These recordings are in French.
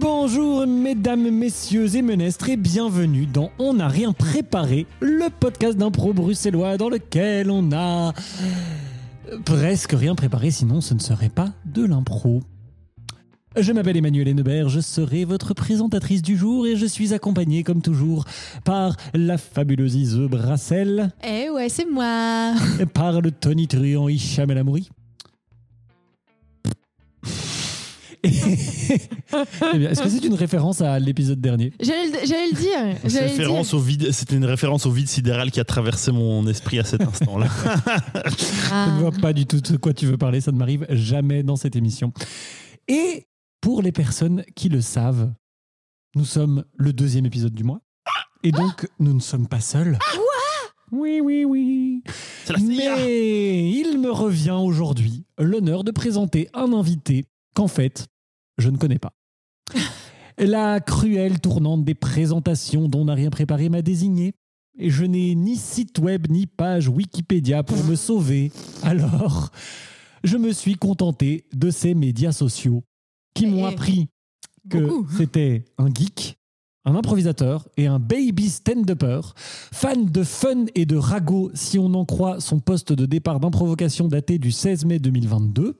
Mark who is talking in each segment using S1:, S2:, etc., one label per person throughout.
S1: Bonjour mesdames, messieurs et menestres et bienvenue dans On n'a rien préparé, le podcast d'impro bruxellois dans lequel on a presque rien préparé sinon ce ne serait pas de l'impro. Je m'appelle Emmanuel Hennebert, je serai votre présentatrice du jour et je suis accompagnée comme toujours par la fabuleuse Ise Brassel,
S2: Eh ouais, c'est moi.
S1: par le tonitruant Hicham El Amouri. Et- Eh bien, Est-ce que c'est une référence à l'épisode dernier
S2: J'allais le j'allais le dire.
S3: C'est
S2: j'allais
S3: une
S2: le
S3: référence au vide- C'était une référence au vide sidéral qui a traversé mon esprit à cet instant-là.
S2: dire.
S1: Je ne
S2: Ah.
S1: vois pas du tout de quoi tu veux parler, ça ne m'arrive jamais dans cette émission. Et pour les personnes qui le savent, nous sommes le deuxième épisode du mois. Et donc, nous ne sommes pas seuls. Oui, oui, oui.
S3: C'est la CIA.
S1: Mais il me revient aujourd'hui l'honneur de présenter un invité qu'en fait, je ne connais pas. La cruelle tournante des présentations dont n'a rien préparé m'a désigné. Et je n'ai ni site web ni page Wikipédia pour me sauver. Alors, je me suis contenté de ces médias sociaux qui m'ont
S2: Eh,
S1: appris que
S2: beaucoup.
S1: c'était un geek, un improvisateur et un baby stand-upper, fan de fun et de ragots si on en croit son poste de départ d'improvocation daté du 16 mai 2022.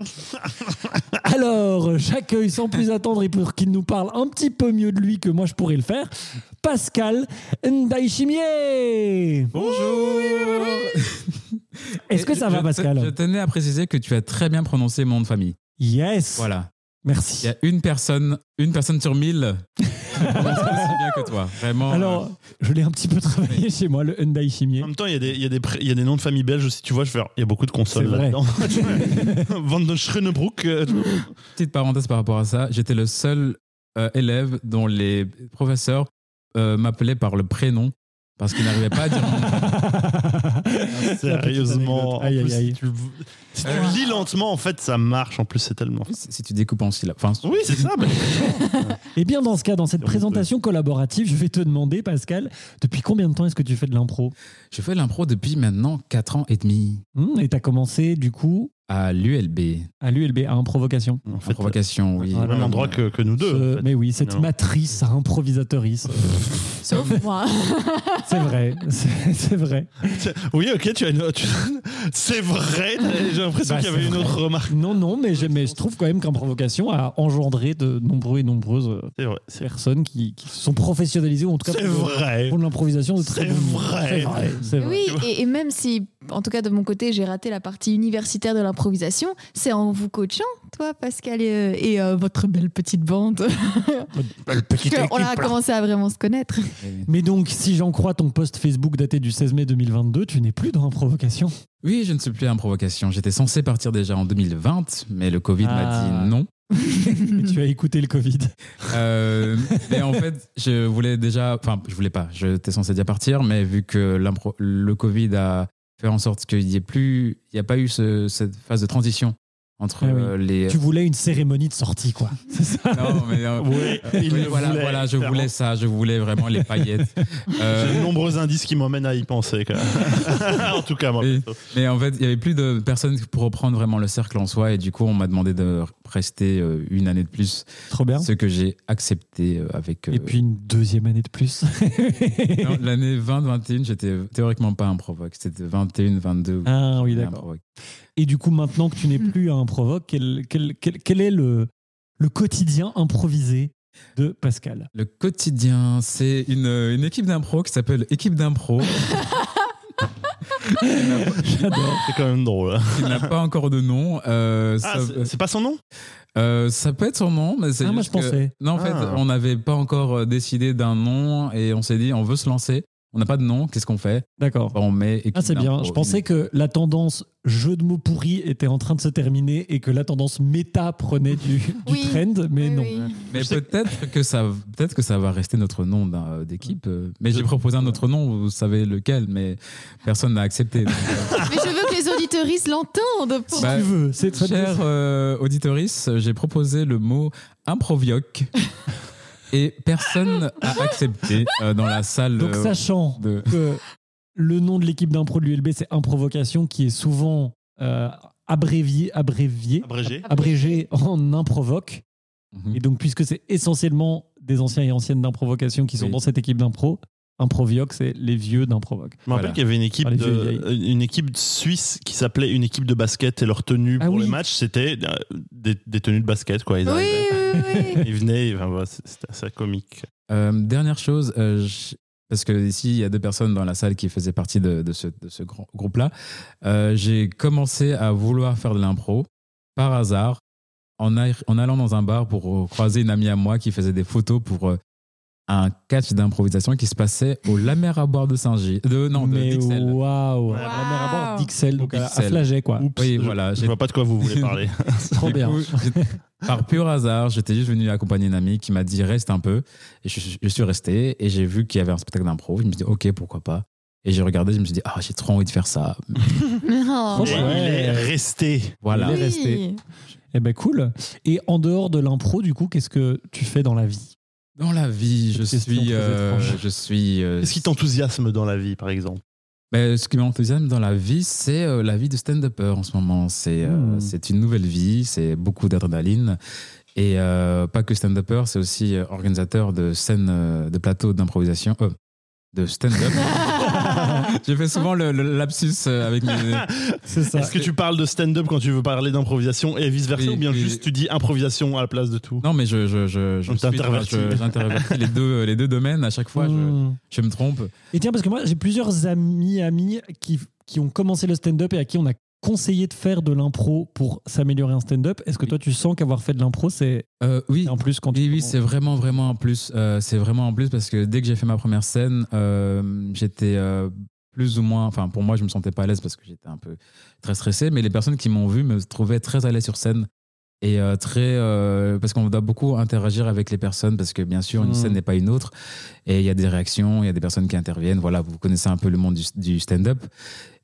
S1: Alors, j'accueille sans plus attendre et pour qu'il nous parle un petit peu mieux de lui que moi je pourrais le faire, Pascal Ndaïchimier
S4: Bonjour
S1: Est-ce que ça
S4: Je-
S1: va
S4: je-
S1: Pascal
S4: Je tenais à préciser que tu as très bien prononcé mon nom de famille.
S1: Yes
S4: Voilà. Il
S1: Merci.
S4: y a une personne, une personne sur mille qui prononce aussi bien que toi. Vraiment. euh,
S1: Alors, je l'ai un petit peu travaillé chez moi, le Ndaïchimier.
S3: En même temps, il y, a des, il, y a des, pré- il y a des noms de famille belges aussi. Tu vois, je fais, il y a beaucoup de consoles
S1: C'est vrai.
S3: là-dedans. Van den Schrenebroek. euh,
S4: petite parenthèse par rapport à ça, j'étais le seul euh, élève dont les professeurs euh, m'appelaient par le prénom parce qu'ils n'arrivaient pas à dire. mon nom.
S1: Ah,
S3: Sérieusement.
S1: Aïe,
S3: En
S1: aïe,
S3: plus,
S1: aïe.
S3: Si tu, si tu
S4: Euh.
S3: lis lentement, en fait, ça marche. En plus, c'est tellement.
S4: Si si tu découpes en syllabes. Enfin,
S3: Oui, c'est ça. mais-
S1: Et Eh bien dans ce cas, dans cette
S3: On peut.
S1: présentation collaborative, je vais te demander, Pascal, depuis combien de temps est-ce que tu fais de l'impro
S4: je fais l'impro depuis maintenant 4 ans et demi
S1: Hum, Et tu as commencé, du coup,
S4: à l'ULB.
S1: à l'ULB, à Improvocation.
S3: En fait,
S4: Provocation, oui.
S3: c'est au même
S1: Voilà.
S3: endroit que, que nous deux.
S1: Ce-
S3: en fait.
S1: Mais oui, cette
S3: Non. Euh.
S1: matrice improvisatrice.
S2: Ah, Sauf moi.
S1: c'est vrai, c'est c'est vrai.
S3: Oui, ok, tu as une autre. C'est vrai. J'ai l'impression
S1: Bah,
S3: qu'il y avait
S1: c'est
S3: une
S1: vrai.
S3: autre remarque.
S1: Non, non, mais je, mais je trouve quand même qu'improvocation a engendré de nombreux et nombreuses euh,
S3: C'est vrai. C'est
S1: personnes qui, qui se sont professionnalisées, ou en tout cas
S3: c'est
S1: pour-
S3: vrai.
S1: pour de l'improvisation de très
S3: C'est
S1: bon-
S3: vrai.
S1: C'est vrai. c'est vrai.
S2: Oui, et, et même si, en tout cas de mon côté, j'ai raté la partie universitaire de l'improvisation, c'est en vous coachant, toi, Pascal, et, euh, et, euh, votre belle petite bande, qu'on a commencé à vraiment se connaître.
S1: Mais donc, si j'en crois ton post Facebook daté du 16 mai 2022, tu n'es plus dans l'improvocation.
S4: Oui, je ne suis plus à provocation. J'étais censé partir déjà en 2020, mais le Covid
S1: Ah.
S4: m'a dit non.
S1: Et tu as écouté le Covid.
S4: Euh, mais en fait, je voulais déjà, enfin, je voulais pas. J'étais censé déjà partir, mais vu que l'impro- le Covid a fait en sorte qu'il n'y ait plus, il n'y a pas eu ce- cette phase de transition entre
S1: Ah oui.
S4: euh, les.
S1: Tu voulais une cérémonie de sortie, quoi. C'est ça
S4: Non, mais, euh,
S3: Oui,
S4: euh,
S3: il
S4: oui,
S3: le
S4: voilà,
S3: voulait,
S4: voilà, je
S3: clairement.
S4: voulais ça, je voulais vraiment les paillettes. Euh,
S3: J'ai de nombreux indices qui m'emmènent à y penser. quand même. en tout cas, moi.
S4: Oui.
S3: plutôt.
S4: Mais en fait, il n'y avait plus de personnes pour reprendre vraiment le cercle en soi, et du coup, on m'a demandé de rester euh, une année de plus,
S1: Trop bien.
S4: ce que j'ai accepté euh, avec.
S1: Et
S4: euh,
S1: puis une deuxième année de plus.
S4: Non, L'année 20-21, j'étais théoriquement pas un provoque. C'était 21-22.
S1: ah oui, d'accord. Et du coup, maintenant que tu
S2: Mm.
S1: n'es plus à Improvoque, quel, quel, quel, quel est le, le quotidien improvisé de Pascal
S4: Le quotidien, c'est une, euh, une équipe d'impro qui s'appelle Équipe d'impro,
S3: C'est quand même drôle.
S4: qui n'a pas encore de nom. Euh,
S3: Ah,
S4: ça,
S3: c'est- c'est pas son nom
S4: euh, ça peut être son nom, mais c'est
S1: Ah, moi,
S4: juste
S1: je
S4: que-
S1: pensais.
S4: Non, en fait,
S3: Ah.
S4: on n'avait pas encore euh, décidé d'un nom et on s'est dit, on veut se lancer. On n'a pas de nom, qu'est-ce qu'on fait
S1: D'accord.
S4: Bah, On met équipe
S1: Ah, c'est bien.
S4: d'impro.
S1: Je pensais que la tendance jeu de mots pourri était en train de se terminer et que la tendance méta prenait du, du
S2: Oui.
S1: trend, mais
S2: Oui,
S1: non.
S2: oui.
S4: Mais
S3: Je sais-
S4: peut-être que ça, peut-être que ça va rester notre nom d'un- d'équipe. euh, Mais j'ai proposé un autre nom, vous savez lequel, mais personne n'a accepté. Donc, euh,
S2: Mais je veux que les auditeuristes l'entendent. pour-
S4: Bah,
S1: Tu veux, c'est ça te-
S4: Cher euh, auditoris, j'ai proposé le mot improvioc et personne n'a accepté euh, dans la salle.
S1: Donc,
S4: euh,
S1: sachant
S4: de-
S1: que le nom de l'équipe d'impro de l'ULB, c'est Improvocation, qui est souvent euh, abrévié, abrévié,
S3: Abrégé.
S1: abrégé en Improvoque.
S4: Mhm.
S1: Et donc, puisque c'est essentiellement des anciens et anciennes d'improvocation qui sont
S4: Oui.
S1: dans cette équipe d'impro, Improvioc, c'est les vieux d'improvoc.
S3: Je me rappelle
S4: Voilà.
S3: qu'il y avait une équipe,
S1: Ah, les
S3: de, euh,
S1: vieilles
S3: une équipe de suisse qui s'appelait une équipe de basket et leur tenue
S1: Ah
S3: pour
S1: oui.
S3: les matchs, c'était euh, des, des tenues de basket. Quoi. Ils,
S2: Oui,
S3: arrivaient.
S2: oui, oui.
S3: ils venaient, enfin, voilà, c'est- c'était assez comique.
S4: Euh, dernière chose, euh, je- parce que ici, il y a deux personnes dans la salle qui faisaient partie de, de ce, de ce grand groupe-là. Euh, j'ai commencé à vouloir faire de l'impro par hasard en, a- en allant dans un bar pour euh, croiser une amie à moi qui faisait des photos pour euh, un catch d'improvisation qui se passait au La Mer à boire de Saint-Gilles. De, non, de
S1: Mais
S4: Dixelles.
S1: waouh
S3: Ouais.
S1: La mer à bord
S2: Waouh.
S1: d'Ixelles, donc à, à
S4: Dixelles.
S1: Flaget, quoi.
S3: Oups,
S4: Oui,
S3: je-
S4: voilà,
S3: je
S4: j'ai-
S3: vois pas de quoi vous voulez parler.
S1: Trop
S4: Du
S1: bien.
S4: coup, j'ai- par pur hasard, j'étais juste venu accompagner une amie qui m'a dit reste un peu. Et je, je suis resté et j'ai vu qu'il y avait un spectacle d'impro. Je me suis dit ok, pourquoi pas. Et j'ai regardé, je me suis dit ah, j'ai trop envie de faire ça.
S2: Non.
S3: Et
S1: Ouais.
S3: Il est resté.
S4: Voilà.
S1: Il est resté. Eh ben cool. Et en dehors de l'impro, du coup, qu'est-ce que tu fais dans la vie
S4: Dans la vie, je
S1: Cette question
S4: suis,
S1: très
S4: euh,
S1: étrange.
S4: je suis. euh,
S3: Qu'est-ce qui t'enthousiasme dans la vie, par exemple
S4: Ben, ce qui m'enthousiasme dans la vie, c'est euh, la vie de stand-upper en ce moment. C'est euh,
S3: Hmm.
S1: Mmh.
S4: c'est une nouvelle vie, c'est beaucoup d'adrénaline. Et euh, pas que stand-upper, c'est aussi euh, organisateur de scènes, euh, de plateaux d'improvisation, euh, de stand-up. J'ai fait souvent le, le lapsus euh, avec mes...
S1: C'est ça.
S3: Est-ce que tu parles de stand-up quand tu veux parler d'improvisation et vice-versa
S4: Oui,
S3: ou bien
S4: oui.
S3: juste tu dis improvisation à la place de tout
S4: Non, mais je, je, je, je
S3: On
S4: suis-
S3: t'intervertit.
S4: je- j'intervertis les deux, les deux domaines à chaque fois. Je,
S1: Hmm.
S4: je me trompe.
S1: Et tiens, parce que moi, j'ai plusieurs amis, amis qui, qui ont commencé le stand-up et à qui on a conseillé de faire de l'impro pour s'améliorer en stand-up. Est-ce que toi, tu sens qu'avoir fait de l'impro, c'est
S4: Euh, oui,
S1: en plus quand tu
S4: Oui, oui,
S1: commences
S4: c'est vraiment, vraiment un plus. Euh, c'est vraiment un plus parce que dès que j'ai fait ma première scène, euh, j'étais euh, plus ou moins. Enfin, pour moi, je me sentais pas à l'aise parce que j'étais un peu très stressé. Mais les personnes qui m'ont vu me trouvaient très à l'aise sur scène. Et euh, très. euh, parce qu'on doit beaucoup interagir avec les personnes parce que, bien sûr, une
S1: Mhm.
S4: scène n'est pas une autre. Et il y a des réactions, il y a des personnes qui interviennent. Voilà, vous connaissez un peu le monde du, du stand-up.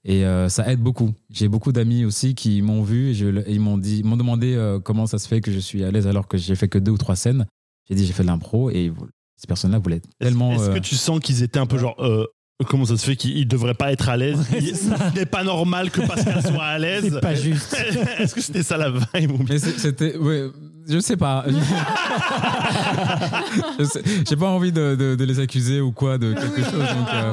S4: Et euh, ça aide beaucoup. J'ai beaucoup d'amis aussi qui m'ont vu et, je, le- et ils m'ont dit, ils m'ont demandé euh, comment ça se fait que je suis à l'aise alors que j'ai fait que deux ou trois scènes. J'ai dit j'ai fait de l'impro et vous- ces personnes-là voulaient
S3: Est-ce-
S4: tellement.
S3: Est-ce
S4: euh,
S3: que tu sens qu'ils étaient un peu genre. euh, Comment ça se fait qu'il il devrait pas être à l'aise Il- Il n'est pas normal que Pascal soit à l'aise.
S1: C'est pas juste.
S3: Est-ce que c'était ça la vibe ou bien
S4: Mais c'est- c'était, ouais, je sais pas. Je sais- J'ai pas envie de, de- de les accuser ou quoi de quelque chose. Donc, euh,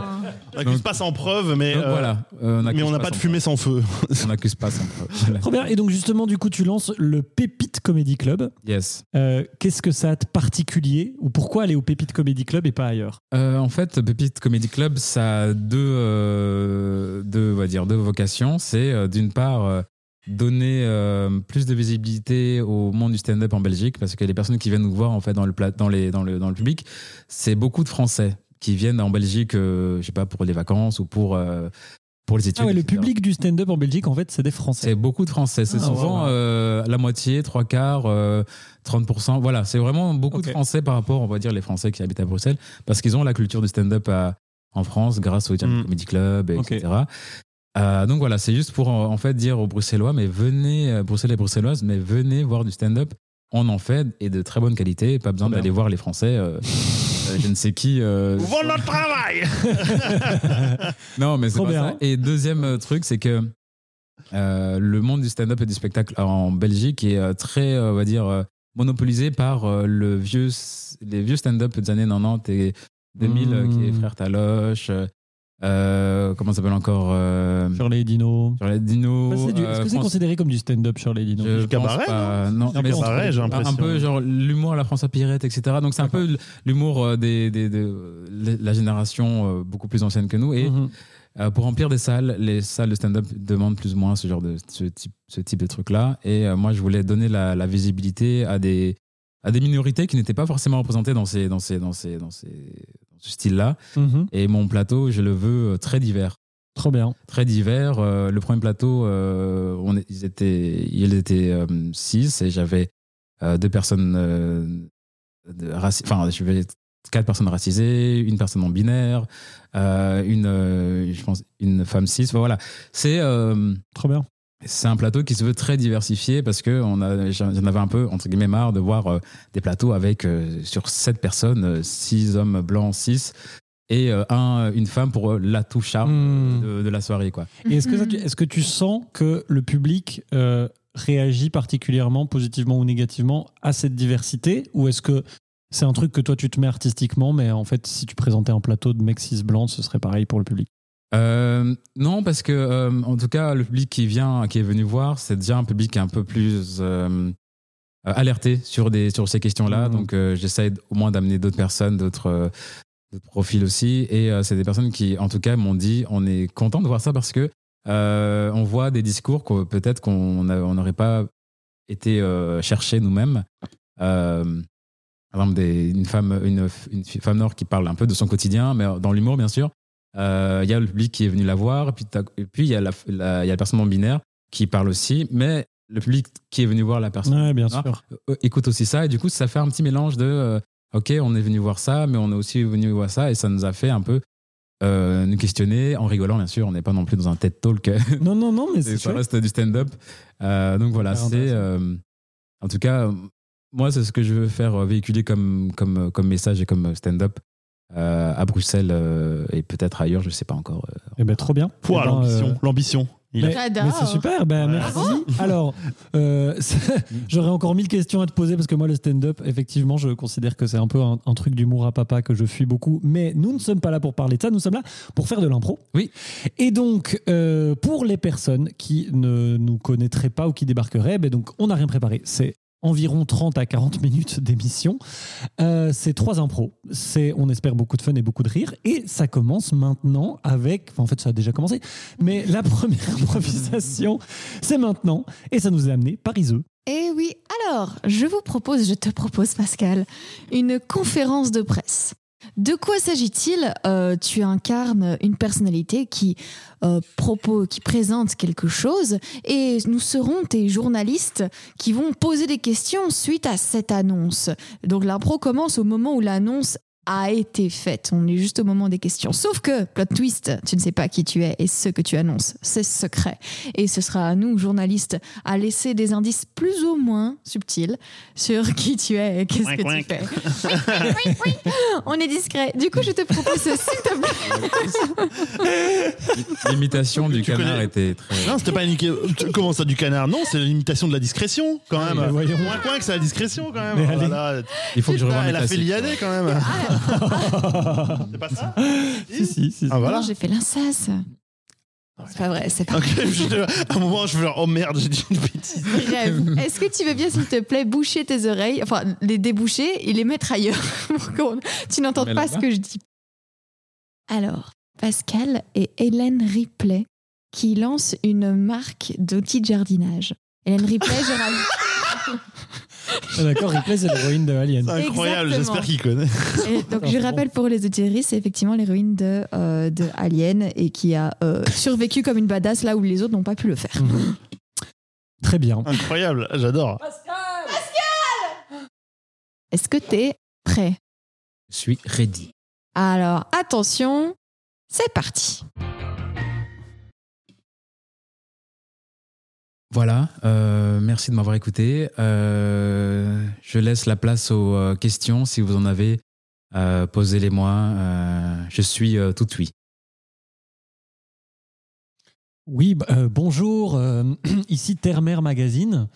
S3: On n'accuse pas sans preuve, mais,
S4: donc
S3: euh,
S4: voilà. Euh, on
S3: mais
S4: accuse
S3: on n'a pas de
S4: sans-
S3: fumée sans feu.
S4: On n'accuse pas sans preuve. Voilà.
S1: Trop bien. Et donc, justement, du coup, tu lances le Pépite Comedy Club.
S4: Yes.
S1: Euh, Qu'est-ce que ça a de particulier ou pourquoi aller au Pépite Comedy Club et pas ailleurs
S4: Euh, en fait, Pépite Comedy Club, ça a deux, euh, deux, on va dire, deux vocations. C'est euh, d'une part euh, donner euh, plus de visibilité au monde du stand-up en Belgique, parce que les personnes qui viennent nous voir en fait dans le plat, dans les, dans le, dans le public, c'est beaucoup de Français qui viennent en Belgique, euh, je sais pas pour les vacances ou pour euh, pour les études.
S1: Ah ouais, le
S4: etc..
S1: public du stand-up en Belgique, en fait, c'est des Français.
S4: C'est beaucoup de Français. C'est
S1: Ah,
S4: souvent
S1: ouais, ouais.
S4: euh, la moitié, trois quarts, euh, 30%. Voilà, c'est vraiment beaucoup
S1: Ok.
S4: de Français par rapport, on va dire, les Français qui habitent à Bruxelles, parce qu'ils ont la culture du stand-up à- en France grâce au Jamie
S3: Mm.
S4: Comedy Club,
S1: Ok.
S4: etc. Euh, donc voilà, c'est juste pour en en fait dire aux Bruxellois, mais venez, euh, Bruxelles et Bruxelloises, mais venez voir du stand-up. On en fait et de très bonne qualité. Pas besoin
S1: Trop bien.
S4: d'aller voir les Français, euh, euh, je ne sais qui. euh,
S3: Nous vendons notre travail
S4: non, mais c'est
S1: Trop
S4: pas
S1: bien.
S4: ça. Et deuxième euh, truc, c'est que euh, le monde du stand-up et du spectacle en Belgique est euh, très, euh, on va dire, euh, monopolisé par euh, le vieux, les vieux stand-up des années 90 et 2000, euh, qui est
S1: Mmh.
S4: Frère Taloche, euh, euh, comment ça s'appelle encore euh,
S1: Shirley Dino.
S4: Sur les dinos. euh,
S1: Est-ce que Bah, c'est considéré comme du stand-up, Shirley Dino
S4: je
S3: Du
S4: pense
S3: cabaret,
S4: pas. Non,
S3: Du
S4: mais c'est-
S3: cabaret, j'ai
S4: un-
S3: l'impression.
S4: un peu genre l'humour à la France à pirate, etc. Donc c'est un peu l'humour euh, des, des- de la génération euh, beaucoup plus ancienne que nous. Et
S1: Mhm.
S4: euh, pour remplir des salles, les salles de stand-up demandent plus ou moins ce genre de ce type, ce type de truc-là. Et euh, moi, je voulais donner la, la visibilité à des à des minorités qui n'étaient pas forcément représentées dans ces dans ces dans ces dans ces dans ce style-là.
S1: Mhm.
S4: Et mon plateau, je le veux euh, très divers,
S1: Trop bien.
S4: très divers. Euh, le premier plateau, euh, on est- ils étaient ils étaient euh, six et j'avais euh, deux personnes euh, de raci- enfin je vais quatre personnes racisées, une personne non binaire, euh, une, euh, je pense, une femme cis. Enfin, voilà, c'est euh,
S1: Trop bien.
S4: c'est un plateau qui se veut très diversifié parce que on a, j'en j'en avais un peu entre guillemets marre de voir euh, des plateaux avec euh, sur sept personnes, euh, six hommes blancs, six et euh, un, une femme pour euh, l'atout charme
S1: Hmm.
S4: de, de la soirée quoi.
S2: Mhm.
S1: Et est-ce que, ça, tu- est-ce que tu sens que le public euh, réagit particulièrement positivement ou négativement à cette diversité Ou est-ce que c'est un truc que toi tu te mets artistiquement, mais en fait, si tu présentais un plateau de mecs cis blancs, ce serait pareil pour le public
S4: Euh, non, parce que euh, en tout cas, le public qui vient, qui est venu voir, c'est déjà un public un peu plus euh, alerté sur des sur ces questions-là.
S1: Mhm.
S4: Donc, euh, j'essaie au moins d'amener d'autres personnes, d'autres euh, d'autres profils aussi. Et euh, c'est des personnes qui, en tout cas, m'ont dit, on est content de voir ça parce que euh, on voit des discours que peut-être qu'on a- on n'aurait pas été euh, chercher nous-mêmes. Euh, par exemple, des- une femme, une, f- une fi- femme noire qui parle un peu de son quotidien, mais dans l'humour, bien sûr. Euh, Il y a le public qui est venu la voir, et puis t'as- et puis il y a la, la- il y a la personne non binaire qui parle aussi, mais le public qui est venu voir la personne
S1: Ouais, bien
S4: Ah.
S1: sûr.
S4: euh, écoute aussi ça. Et du coup, ça fait un petit mélange de euh, OK, on est venu voir ça, mais on est aussi venu voir ça. Et ça nous a fait un peu euh, nous questionner en rigolant, bien sûr. On n'est pas non plus dans un TED Talk.
S1: Non, non, non, mais c'est
S4: c'est ça
S1: chouette. Ah,
S4: reste du stand-up. Euh, donc voilà,
S1: Super
S4: c'est. euh, en tout cas, euh, moi, c'est ce que je veux faire euh, véhiculer comme, comme, comme message et comme stand-up. euh, à Bruxelles euh, et peut-être ailleurs, je sais pas encore. euh.
S1: Eh ben, trop bien.
S3: Pouah,
S1: Eh ben,
S3: l'ambition,
S1: euh,
S3: l'ambition. Il a-
S1: Mais,
S2: J'adore.
S1: mais c'est super, ben,
S3: Ouais.
S1: merci. Alors, euh, c'est- j'aurais encore mille questions à te poser parce que moi, le stand-up, effectivement, je considère que c'est un peu un, un truc d'humour à papa que je fuis beaucoup. Mais nous ne sommes pas là pour parler de ça, nous sommes là pour faire de l'impro.
S4: Oui.
S1: Et donc, euh, pour les personnes qui ne nous connaîtraient pas ou qui débarqueraient, ben donc, on n'a rien préparé. C'est environ 30 à 40 minutes d'émission. Euh, c'est trois impros. C'est, on espère, beaucoup de fun et beaucoup de rire. Et ça commence maintenant avec... enfin, en fait, ça a déjà commencé. Mais la première improvisation, c'est maintenant. Et ça nous est amené par Iseux.
S2: Eh oui, alors, je vous propose, je te propose, Pascal, une conférence de presse. De quoi s'agit-il Euh, Tu incarnes une personnalité qui, euh, propos, qui présente quelque chose et nous serons tes journalistes qui vont poser des questions suite à cette annonce. Donc l'impro commence au moment où l'annonce a été faite. On est juste au moment des questions. Sauf que, plot twist, tu ne sais pas qui tu es et ce que tu annonces. C'est secret. Et ce sera à nous, journalistes, à laisser des indices plus ou moins subtils sur qui tu es et qu'est-ce que tu
S3: Ouinc,
S2: fais. Oui, oui, oui, oui. On est discret. Du coup, je te propose, s'il te plaît,
S4: L'imitation du
S3: Tu
S4: canard
S3: connais-
S4: était très.
S3: Non, c'était pas une... tu- Comment ça, du canard Non, c'est l'imitation de la discrétion, quand même.
S1: Ah, Mais voyons.
S3: Moins coin que c'est la discrétion, quand même.
S1: Mais
S3: Oh là
S1: allez.
S3: là.
S4: Il faut que je
S3: Putain,
S4: revoie mes
S3: Ah, Elle a fait l'IAD,
S4: classiques.
S3: quand même. C'est pas ça
S1: si, si, si.
S3: Ah, voilà.
S2: Non, j'ai fait l'insas. C'est pas vrai, c'est pas
S3: Ok, je- à un moment, je veux dire, oh merde, j'ai dit une bêtise.
S2: Bref, est-ce que tu veux bien, s'il te plaît, boucher tes oreilles, enfin les déboucher et les mettre ailleurs pour qu'on- tu n'entendes
S4: Mais
S2: pas
S4: là-bas.
S2: ce que je dis Alors, Pascal et Hélène Ripley qui lancent une marque d'outils de jardinage. Hélène Ripley, Gérald.
S1: Ah, D'accord, Ripley, c'est l'héroïne de Alien.
S3: C'est incroyable,
S2: Exactement.
S3: j'espère qu'il connaît.
S2: Et donc, je rappelle pour les auditeurs, c'est effectivement l'héroïne de, euh, de Alien et qui a euh, survécu comme une badass là où les autres n'ont pas pu le faire.
S1: Très bien.
S3: Incroyable, j'adore.
S2: Est-ce que t'es prêt
S4: Je suis ready.
S2: Alors, attention, c'est parti.
S4: Voilà, euh, merci de m'avoir écouté. Euh, je laisse la place aux euh, questions. Si vous en avez, euh, posez-les-moi. Euh, je suis euh, tout oui.
S1: Oui, bah, euh, bonjour. euh, ici Terre-Mer Magazine.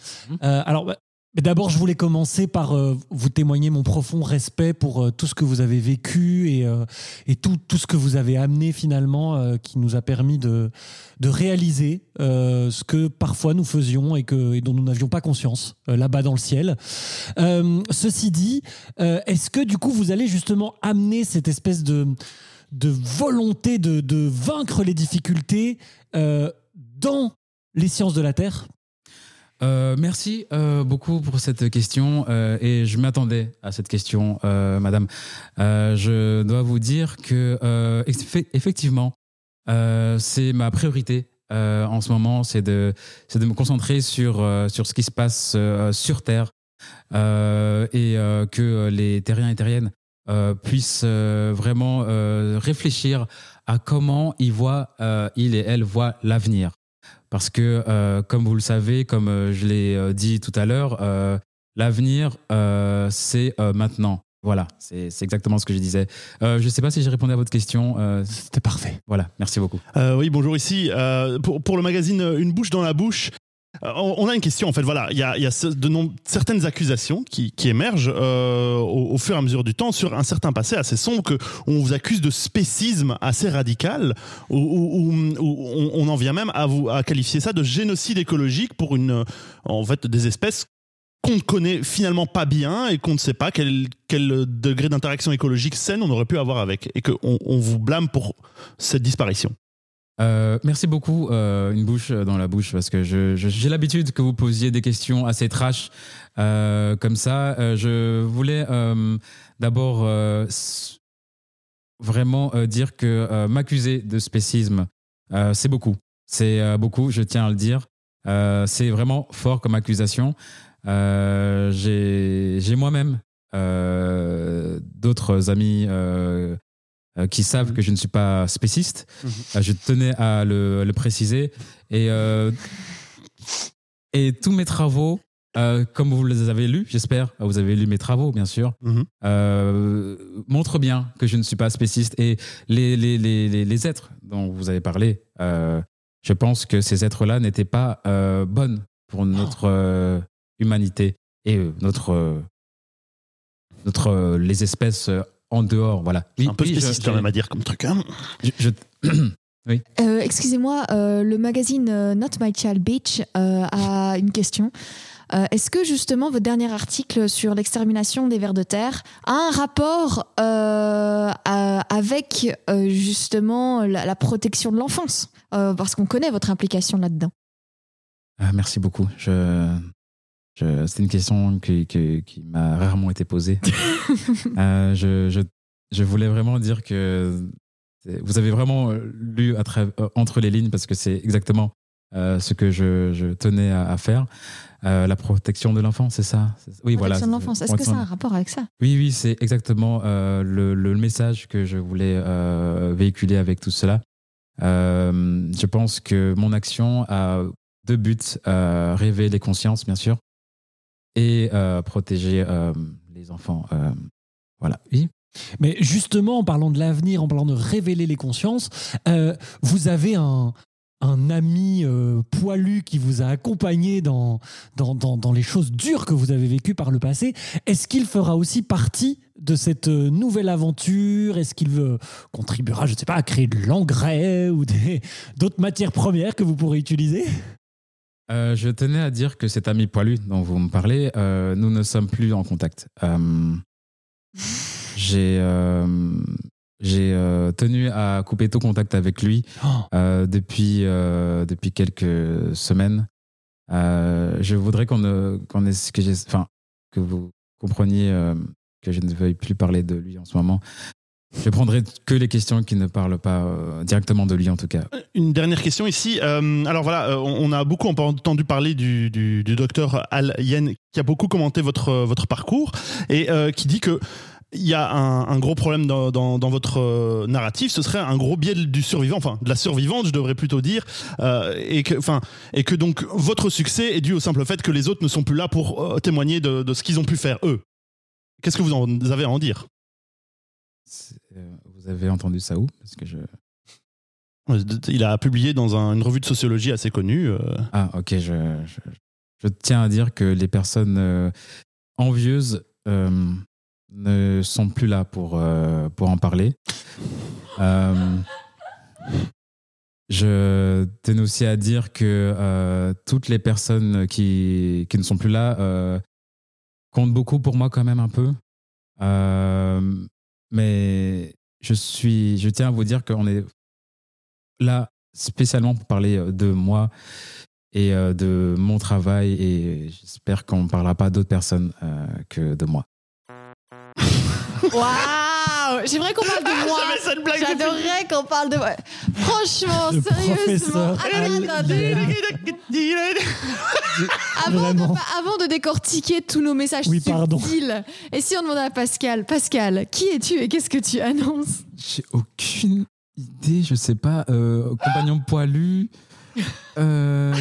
S1: Euh, alors, bah, d'abord, je voulais commencer par euh, vous témoigner mon profond respect pour euh, tout ce que vous avez vécu et, euh, et tout, tout ce que vous avez amené finalement, euh, qui nous a permis de, de réaliser euh, ce que parfois nous faisions et, que, et dont nous n'avions pas conscience euh, là-bas dans le ciel. Euh, ceci dit, euh, est-ce que du coup, vous allez justement amener cette espèce de de volonté de, de vaincre les difficultés euh, dans les sciences de la Terre.
S4: Euh, merci euh, beaucoup pour cette question euh, et je m'attendais à cette question, euh, Madame. Euh, je dois vous dire que euh, effe- effectivement, euh, c'est ma priorité euh, en ce moment, c'est de, c'est de me concentrer sur euh, sur ce qui se passe euh, sur Terre euh, et euh, que les terriens et terriennes euh, puissent euh, vraiment euh, réfléchir à comment ils voient, euh, ils et elles voient l'avenir parce que, euh, comme vous le savez, comme euh, je l'ai euh, dit tout à l'heure, euh, l'avenir, euh, c'est euh, maintenant. Voilà, c'est c'est exactement ce que je disais. Euh, je ne sais pas si j'ai répondu à votre question. euh,
S1: C'était parfait.
S4: voilà, merci beaucoup.
S3: Euh, oui, bonjour ici. Euh, pour, pour le magazine euh, Une bouche dans la bouche, Euh, on on a une question en fait. Voilà, il y a, il y a ce- de nom- certaines accusations qui, qui émergent euh, au, au fur et à mesure du temps sur un certain passé assez sombre que on vous accuse de spécisme assez radical, où, où- où- où on, on en vient même à vous à qualifier ça de génocide écologique pour une euh, en fait des espèces qu'on ne connaît finalement pas bien et qu'on ne sait pas quel, quel degré d'interaction écologique saine on aurait pu avoir avec et qu'on on vous blâme pour cette disparition.
S4: Euh, merci beaucoup, euh, une bouche dans la bouche, parce que je- je- j'ai l'habitude que vous posiez des questions assez trash euh, comme ça. Euh, je voulais euh, d'abord euh, s- vraiment euh, dire que euh, m'accuser de spécisme, euh, c'est beaucoup. C'est euh, beaucoup, je tiens à le dire. Euh, c'est vraiment fort comme accusation. Euh, J'ai j'ai moi-même euh, d'autres amis euh, euh, qui savent que je ne suis pas spéciste. Euh, Je tenais à le, le préciser. Et, euh, et tous mes travaux, euh, comme vous les avez lus, j'espère, ah, vous avez lu mes travaux, bien sûr,
S3: Mhm.
S4: euh, montrent bien que je ne suis pas spéciste. Et les, les, les, les, les êtres dont vous avez parlé, euh, je pense que ces êtres-là n'étaient pas euh, bonnes pour notre euh, humanité et euh, notre, euh, notre, euh, les espèces euh, en dehors. Voilà.
S3: C'est un peu
S4: Oui, je-
S3: spéciste quand
S4: je-
S3: même à dire comme truc. hein.
S4: je- je-
S2: Euh, Excusez-moi, euh, le magazine euh, Not My Child Beach euh, a une question. Euh, Est-ce que justement votre dernier article sur l'extermination des vers de terre a un rapport euh, à- avec euh, justement la, la protection de l'enfance Euh, Parce qu'on connaît votre implication là-dedans.
S4: Ah, merci beaucoup. Je, je- c'est une question qui, qui- qui m'a rarement été posée. Euh, je, je- je voulais vraiment dire que c'est- vous avez vraiment euh, lu à tra- euh, entre les lignes parce que c'est exactement euh, ce que je, je tenais à, à faire. Euh, la protection de l'enfant, c'est ça C'est- Oui, voilà.
S2: protection de l'enfance. Est-ce que ça a un rapport avec ça
S4: Oui, oui, c'est exactement euh, le, le message que je voulais euh, véhiculer avec tout cela. Euh, je pense que mon action a deux buts euh, réveiller les consciences, bien sûr, et euh, protéger euh, les enfants. Euh, voilà. Oui.
S1: Mais justement, en parlant de l'avenir, en parlant de révéler les consciences, euh, vous avez un, un ami euh, poilu qui vous a accompagné dans, dans, dans, dans les choses dures que vous avez vécues par le passé. Est-ce qu'il fera aussi partie de cette euh, nouvelle aventure Est-ce qu'il euh, contribuera, je ne sais pas, à créer de l'engrais ou des- d'autres matières premières que vous pourrez utiliser
S4: Euh, je tenais à dire que cet ami poilu dont vous me parlez, euh, nous ne sommes plus en contact. Euh, j'ai euh, j'ai euh, tenu à couper tout contact avec lui
S1: Oh,
S4: Euh, depuis, euh, depuis quelques semaines. Euh, je voudrais qu'on ne- qu'on ait- que, j'ai- enfin, que vous compreniez euh, que je ne veuille plus parler de lui en ce moment. Je prendrai que les questions qui ne parlent pas euh, directement de lui, en tout cas.
S3: Une dernière question ici. Euh, alors voilà, euh, on on a beaucoup entendu parler du, du- du docteur Al Yen qui a beaucoup commenté votre, euh, votre parcours et euh, qui dit que il y a un, un gros problème dans, dans- dans votre euh, narratif, ce serait un gros biais du survivant, enfin de la survivante, je devrais plutôt dire, euh, et que, enfin, et que donc votre succès est dû au simple fait que les autres ne sont plus là pour euh, témoigner de, de ce qu'ils ont pu faire eux. Qu'est-ce que vous en avez à en dire
S4: C'est- euh, Vous avez entendu ça où Parce que je...
S3: Il a publié dans un- une revue de sociologie assez connue. euh,
S4: Ah, ok, je, je, je tiens à dire que les personnes euh, envieuses euh, ne sont plus là pour, euh, pour en parler. Euh, je tenais aussi à dire que euh, toutes les personnes qui, qui ne sont plus là euh, comptent beaucoup pour moi quand même un peu. Euh, mais je, suis, je tiens à vous dire qu'on est là spécialement pour parler euh, de moi et euh, de mon travail et j'espère qu'on ne parlera pas d'autres personnes euh, que de moi.
S2: Waouh J'aimerais qu'on parle de moi.
S3: J'avais cette blague depuis-
S2: J'adorerais qu'on parle de moi. Franchement,
S1: Le
S2: sérieusement. Ah,
S1: professeur
S2: Attends, attends,
S1: Alien.
S2: attends. Avant de,
S1: Vraiment.
S2: avant de décortiquer tous nos messages
S1: Oui, pardon.
S2: subtils, et si on demandait à Pascal, Pascal, qui es-tu et qu'est-ce que tu annonces
S4: J'ai aucune idée, je sais pas. euh, compagnon poilu, euh,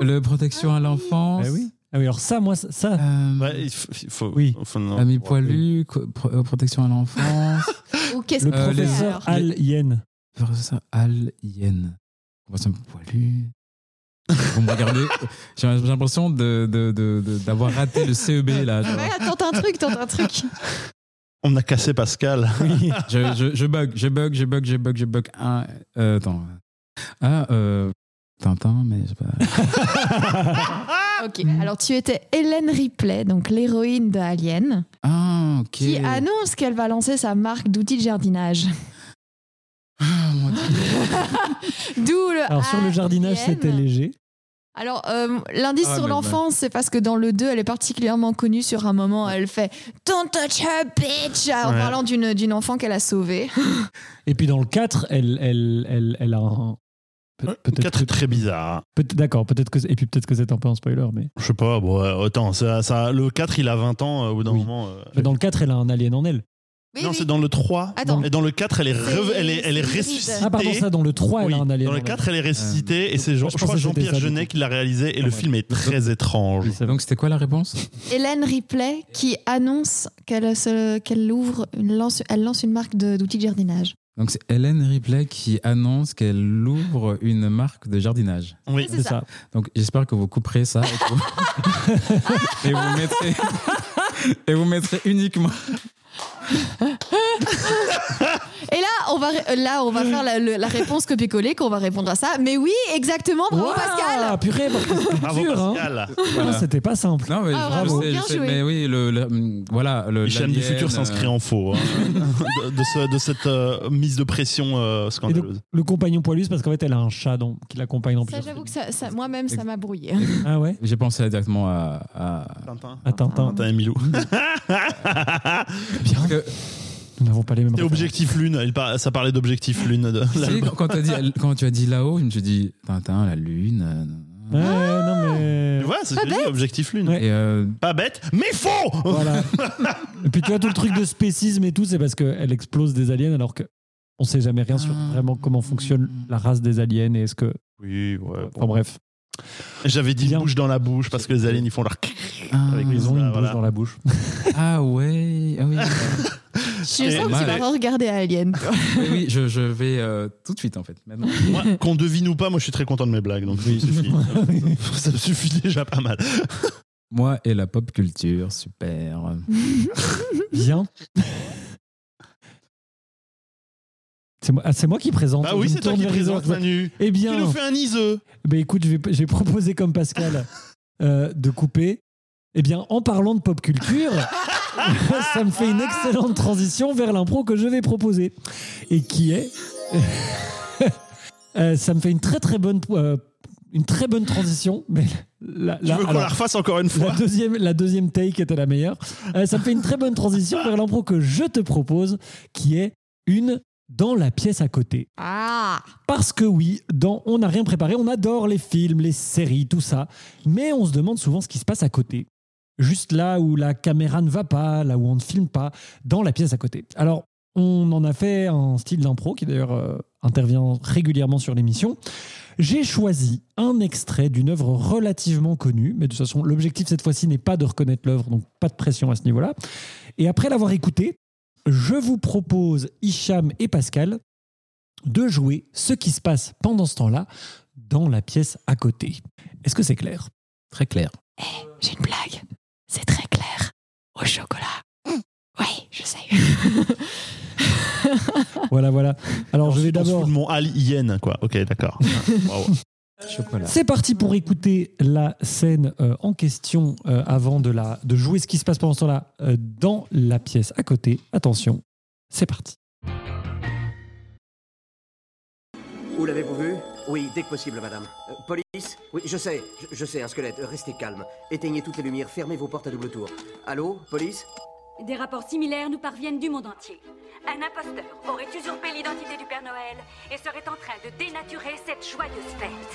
S4: le protection à l'enfance,
S1: Ah oui. Ah oui, alors ça, moi, ça, ça,
S4: euh,
S3: Ouais, Bah, il f- il faut.
S1: Oui.
S3: faut- non.
S4: ami poilu, co- pro- euh, protection à l'enfance,
S2: Ou qu'est-ce
S1: le
S2: que
S4: Euh,
S2: tu fais
S1: professeur
S2: alors
S1: Al Yen.
S4: professeur Al Yen, compagnon poilu. Vous me regardez. J'ai j'ai l'impression de- de- de- de- d'avoir raté le CEB là. genre.
S2: Ouais, tente un truc, tente un truc.
S3: On a cassé Pascal.
S4: Je, je, je bug, je bug, je bug, je bug, je bug. Ah, euh, attends. Ah, euh, Tintin, mais je sais pas.
S2: Ok, alors tu étais Hélène Ripley, donc l'héroïne de Alien,
S4: Ah, ok.
S2: qui annonce qu'elle va lancer sa marque d'outils de jardinage.
S4: Ah, mon Dieu.
S2: D'où le.
S1: Alors sur le jardinage,
S2: Alien.
S1: c'était léger.
S2: Alors, euh, l'indice
S4: Ah,
S1: bah.
S2: sur
S4: mais
S2: l'enfance, c'est parce que dans le 2, elle est particulièrement connue sur un moment, elle fait Don't touch her, bitch En
S3: Ouais.
S2: parlant d'une d'une enfant qu'elle a sauvée.
S1: Et puis dans le 4, elle, elle, elle, elle a un. peut- Peut-être.
S3: Hein? Quatre est très bizarre.
S1: peut- D'accord, peut-être que. Et puis peut-être que c'est un peu un spoiler, mais.
S3: Je sais pas, bon, euh, autant. Ça, ça- le 4, il a 20 ans euh, au bout d'un
S1: Oui.
S3: moment. euh,
S1: Mais Dans le 4, elle a un alien en elle.
S2: Oui,
S3: non,
S2: oui.
S3: c'est dans le 3.
S2: Attends.
S3: Et dans le 4, elle est, rev- elle est, elle est
S2: c'est hybride.
S3: ressuscitée.
S1: Ah, pardon, ça, dans le 3, elle
S3: Oui,
S1: a un alien.
S3: dans le
S1: en
S3: 4, elle est ressuscitée et c'est Jean,
S1: Moi, Ah, je
S3: je crois
S1: pensais que c'était
S3: Jean-Pierre
S1: ça, du
S3: Genet
S1: coup. Ah,
S3: qui l'a réalisé et
S1: Ouais.
S3: le film est très étrange.
S1: elle. Oui, ça va.
S4: Donc, c'était quoi la réponse
S2: Hélène Ripley qui annonce qu'elle se- qu'elle ouvre une lance, elle lance une marque de- d'outils de jardinage.
S4: Donc, c'est Hélène Ripley qui annonce qu'elle ouvre une marque de jardinage.
S3: Oui.
S2: c'est
S1: C'est
S2: ça.
S1: ça.
S4: Donc j'espère que vous couperez ça et, que vous... et vous mettrez et vous mettrez uniquement.
S2: Et là, on va, ré- là, on va faire la, le- la réponse copier-coller qu'on va répondre à ça. Mais oui, exactement, bravo
S1: Waouh,
S2: Pascal
S1: purée, parce que c'était
S3: Bravo
S1: dur, hein.
S3: Pascal.
S1: Ah,
S4: Voilà.
S1: C'était pas simple.
S4: Non mais
S2: Ah,
S4: je
S2: bravo,
S4: sais, je
S2: bien
S4: sais,
S2: joué.
S4: mais oui le, le- hum, voilà le
S3: Hicham du
S4: l'alien,
S3: futur s'inscrit
S4: euh,
S3: en faux hein, de, de ce- de cette euh, mise de pression euh,
S1: Et donc,
S3: scandaleuse.
S1: le compagnon poilu, parce qu'en fait, elle a un chat dans- qui l'accompagne dans
S2: Ça,
S1: plusieurs
S2: j'avoue que
S1: films.
S2: ça, ça- moi-même, ça m'a brouillé.
S1: Ah ouais
S4: J'ai pensé là directement à, à...
S3: Tintin.
S1: Attends, attends.
S3: Tintin et Milou.
S1: Bien,
S4: Parce que,
S1: nous n'avons pas les mêmes
S3: Et
S1: références.
S3: Objectif Lune, il par- ça parlait d'Objectif Lune. de-
S4: tu sais, quand, t'as dit- quand tu as dit là-haut, je me suis dit Tintin, la lune. euh, nan,
S1: Ouais,
S4: nan.
S1: non,
S3: Mais
S1: mais.
S3: Voilà, c'est ce que j'ai dit, Objectif Lune.
S1: Ouais.
S4: Et euh,
S3: Pas bête, mais faux
S1: Voilà. et puis tu vois, tout le truc de spécisme et tout, c'est parce qu'elle explose des aliens alors que. On sait jamais rien sur vraiment comment fonctionne la race des aliens et est-ce que.
S3: Oui, ouais. bon.
S1: Enfin bref,
S3: J'avais dit
S1: Bien.
S3: bouche dans la bouche parce que les aliens ils font leur
S4: ah,
S3: Avec les
S1: ils ont
S3: Ah,
S1: une
S3: voilà.
S1: bouche dans la bouche.
S4: ah ouais, ah oui.
S2: Je
S3: Et-
S2: sens que tu
S4: Ouais.
S2: vas regarder Alien. toi.
S4: oui, oui, je, je vais euh, tout de suite en fait. Maintenant.
S3: Moi, qu'on devine ou pas, moi je suis très content de mes blagues, donc ça me suffit. ça me suffit déjà pas mal.
S4: Moi et la pop culture, super.
S1: Bien. C'est moi, ah, c'est moi qui présente.
S3: Bah oui,
S1: Je me
S3: c'est toi
S1: tourne
S3: qui
S1: vers les
S3: présente
S1: autres.
S3: Manu.
S1: Eh
S3: Tu
S1: bien,
S3: nous fais un iseux.
S1: bah écoute, je vais, je vais proposer comme Pascal euh, de couper. Eh bien, en parlant de pop culture, ça me fait une excellente transition vers l'impro que je vais proposer. Et qui est. Euh, ça me fait une très très bonne. euh, une très bonne transition, mais là,
S3: Je
S1: là,
S3: veux qu'on
S1: alors-
S3: la refasse encore une
S1: la
S3: fois.
S1: deuxième, la deuxième take était la meilleure. Euh, ça me fait une très bonne transition vers l'impro que je te propose, qui est une dans la pièce à côté.
S2: Ah
S1: Parce que oui, dans On n'a rien préparé, on adore les films, les séries, tout ça, mais on se demande souvent ce qui se passe à côté. Juste là où la caméra ne va pas, là où on ne filme pas, dans la pièce à côté. Alors, on en a fait un style d'impro qui d'ailleurs euh, intervient régulièrement sur l'émission. J'ai choisi un extrait d'une œuvre relativement connue, mais de toute façon, l'objectif cette fois-ci n'est pas de reconnaître l'œuvre, donc pas de pression à ce niveau-là. Et après l'avoir écouté, je vous propose, Hicham et Pascal, de jouer ce qui se passe pendant ce temps-là dans la pièce à côté. Est-ce que c'est clair
S4: Très clair.
S2: J'ai une blague. C'est très clair. Au chocolat. Oui, je sais.
S1: Voilà, voilà. Alors je vais
S3: On se fout
S1: d'abord...
S3: de mon alien, quoi. Ok, d'accord. Wow.
S4: Chocolat.
S1: C'est parti pour écouter la scène euh, en question euh, avant de, la, de jouer ce qui se passe pendant ce temps-là euh, dans la pièce à côté. Attention, c'est parti.
S5: Où l'avez-vous vu Oui, dès que possible, madame. Euh, police Oui, je sais, je, je sais, un squelette. Euh, Restez calme. Éteignez toutes les lumières, fermez vos portes à double tour. Allô, police
S6: Des rapports similaires nous parviennent du monde entier. Un imposteur aurait usurpé l'identité du Père Noël et serait en train de dénaturer cette joyeuse fête.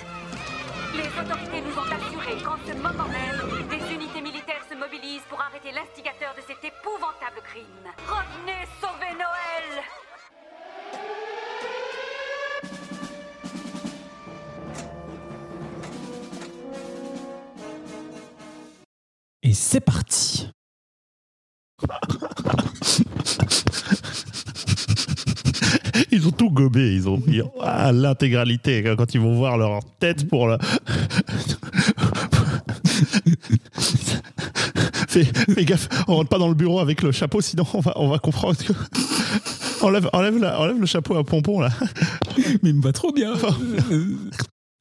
S6: Les autorités nous ont assuré qu'en ce moment même, des unités militaires se mobilisent pour arrêter l'instigateur de cet épouvantable crime. Revenez sauver Noël
S1: Et c'est parti.
S3: Ils ont tout gobé, ils ont pris ah, l'intégralité quand ils vont voir leur tête pour le. fais, fais gaffe, on rentre pas dans le bureau avec le chapeau, sinon on va, on va comprendre que. Enlève, enlève, la- enlève le chapeau à pompon là.
S4: Mais il me va trop bien. Ok, ok,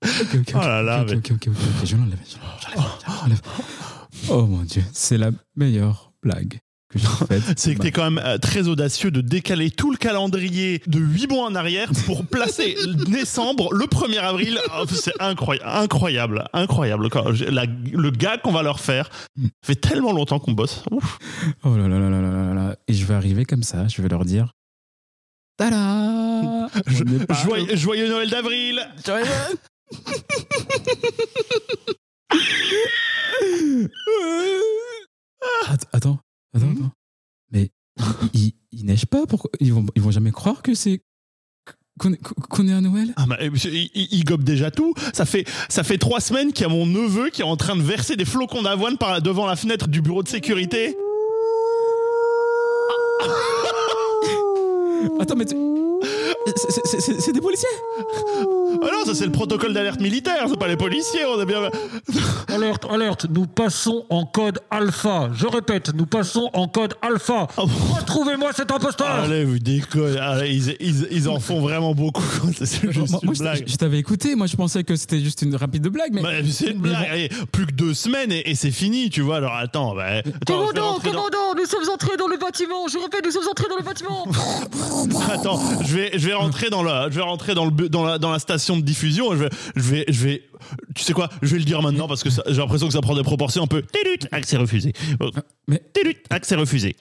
S3: Oh là
S4: ok,
S3: là,
S4: ok,
S3: mais-
S4: ok, ok, ok, ok, je l'enlève. je l'enlève, je l'enlève, je l'enlève. Oh mon dieu, c'est la meilleure blague que j'ai faite.
S3: C'est que t'es quand même euh, très audacieux de décaler tout le calendrier de 8 mois en arrière pour placer le décembre, le 1er avril. Oh, C'est incroyable, incroyable, incroyable. Quand j'ai- la- le gars qu'on va leur faire, ça fait tellement longtemps qu'on bosse. Ouf.
S4: Oh là là là là là là là. Et je vais arriver comme ça, je vais leur dire. Tada
S3: Je-
S4: On n'est pas-
S3: joyeux, joyeux Noël d'avril
S4: Joyeux Att- Attends,
S3: Hmm?
S4: attends, attends. Mais ils, ils neigent pas pourquoi ils vont, ils vont jamais croire que c'est. qu'on est, qu'on est à Noël
S3: Ah bah, euh, monsieur, il, il- il gobe déjà tout. Ça fait, ça fait trois semaines qu'il y a mon neveu qui est en train de verser des flocons d'avoine par, devant la fenêtre du bureau de sécurité.
S4: Attends, mais. tu- c'est- c'est- c'est- C'est c'est des policiers
S3: Ah non, ça c'est le protocole d'alerte militaire, c'est pas les policiers, on est bien...
S1: Alerte, alerte, nous passons en code alpha. Je répète, nous passons en code alpha.
S3: Oh, pff.
S1: Retrouvez-moi cet imposteur
S3: Allez, vous déconnez. Allez, ils, ils, ils en font vraiment beaucoup. C'est juste
S4: Moi,
S3: une
S4: moi, je t'a-
S3: blague.
S4: je t'avais écouté, moi je pensais que c'était juste une rapide blague, mais.
S3: Bah, c'est une
S4: mais
S3: blague.
S4: bon.
S3: Allez, plus que deux semaines et, et c'est fini, tu vois. Alors attends, bah, attends, je vais rentrer dans-
S1: nous sommes entrés dans le bâtiment Je répète, nous sommes entrés dans le bâtiment
S3: attends, je vais, je vais rentrer dans la, je vais rentrer dans le, bu- dans la, dans la station de diffusion. et Je vais, je vais, je vais, tu sais quoi Je vais le dire maintenant parce que ça- j'ai l'impression que ça prend des proportions un peu. Télut, accès refusé. Oh,
S4: mais-
S3: Télut, accès refusé.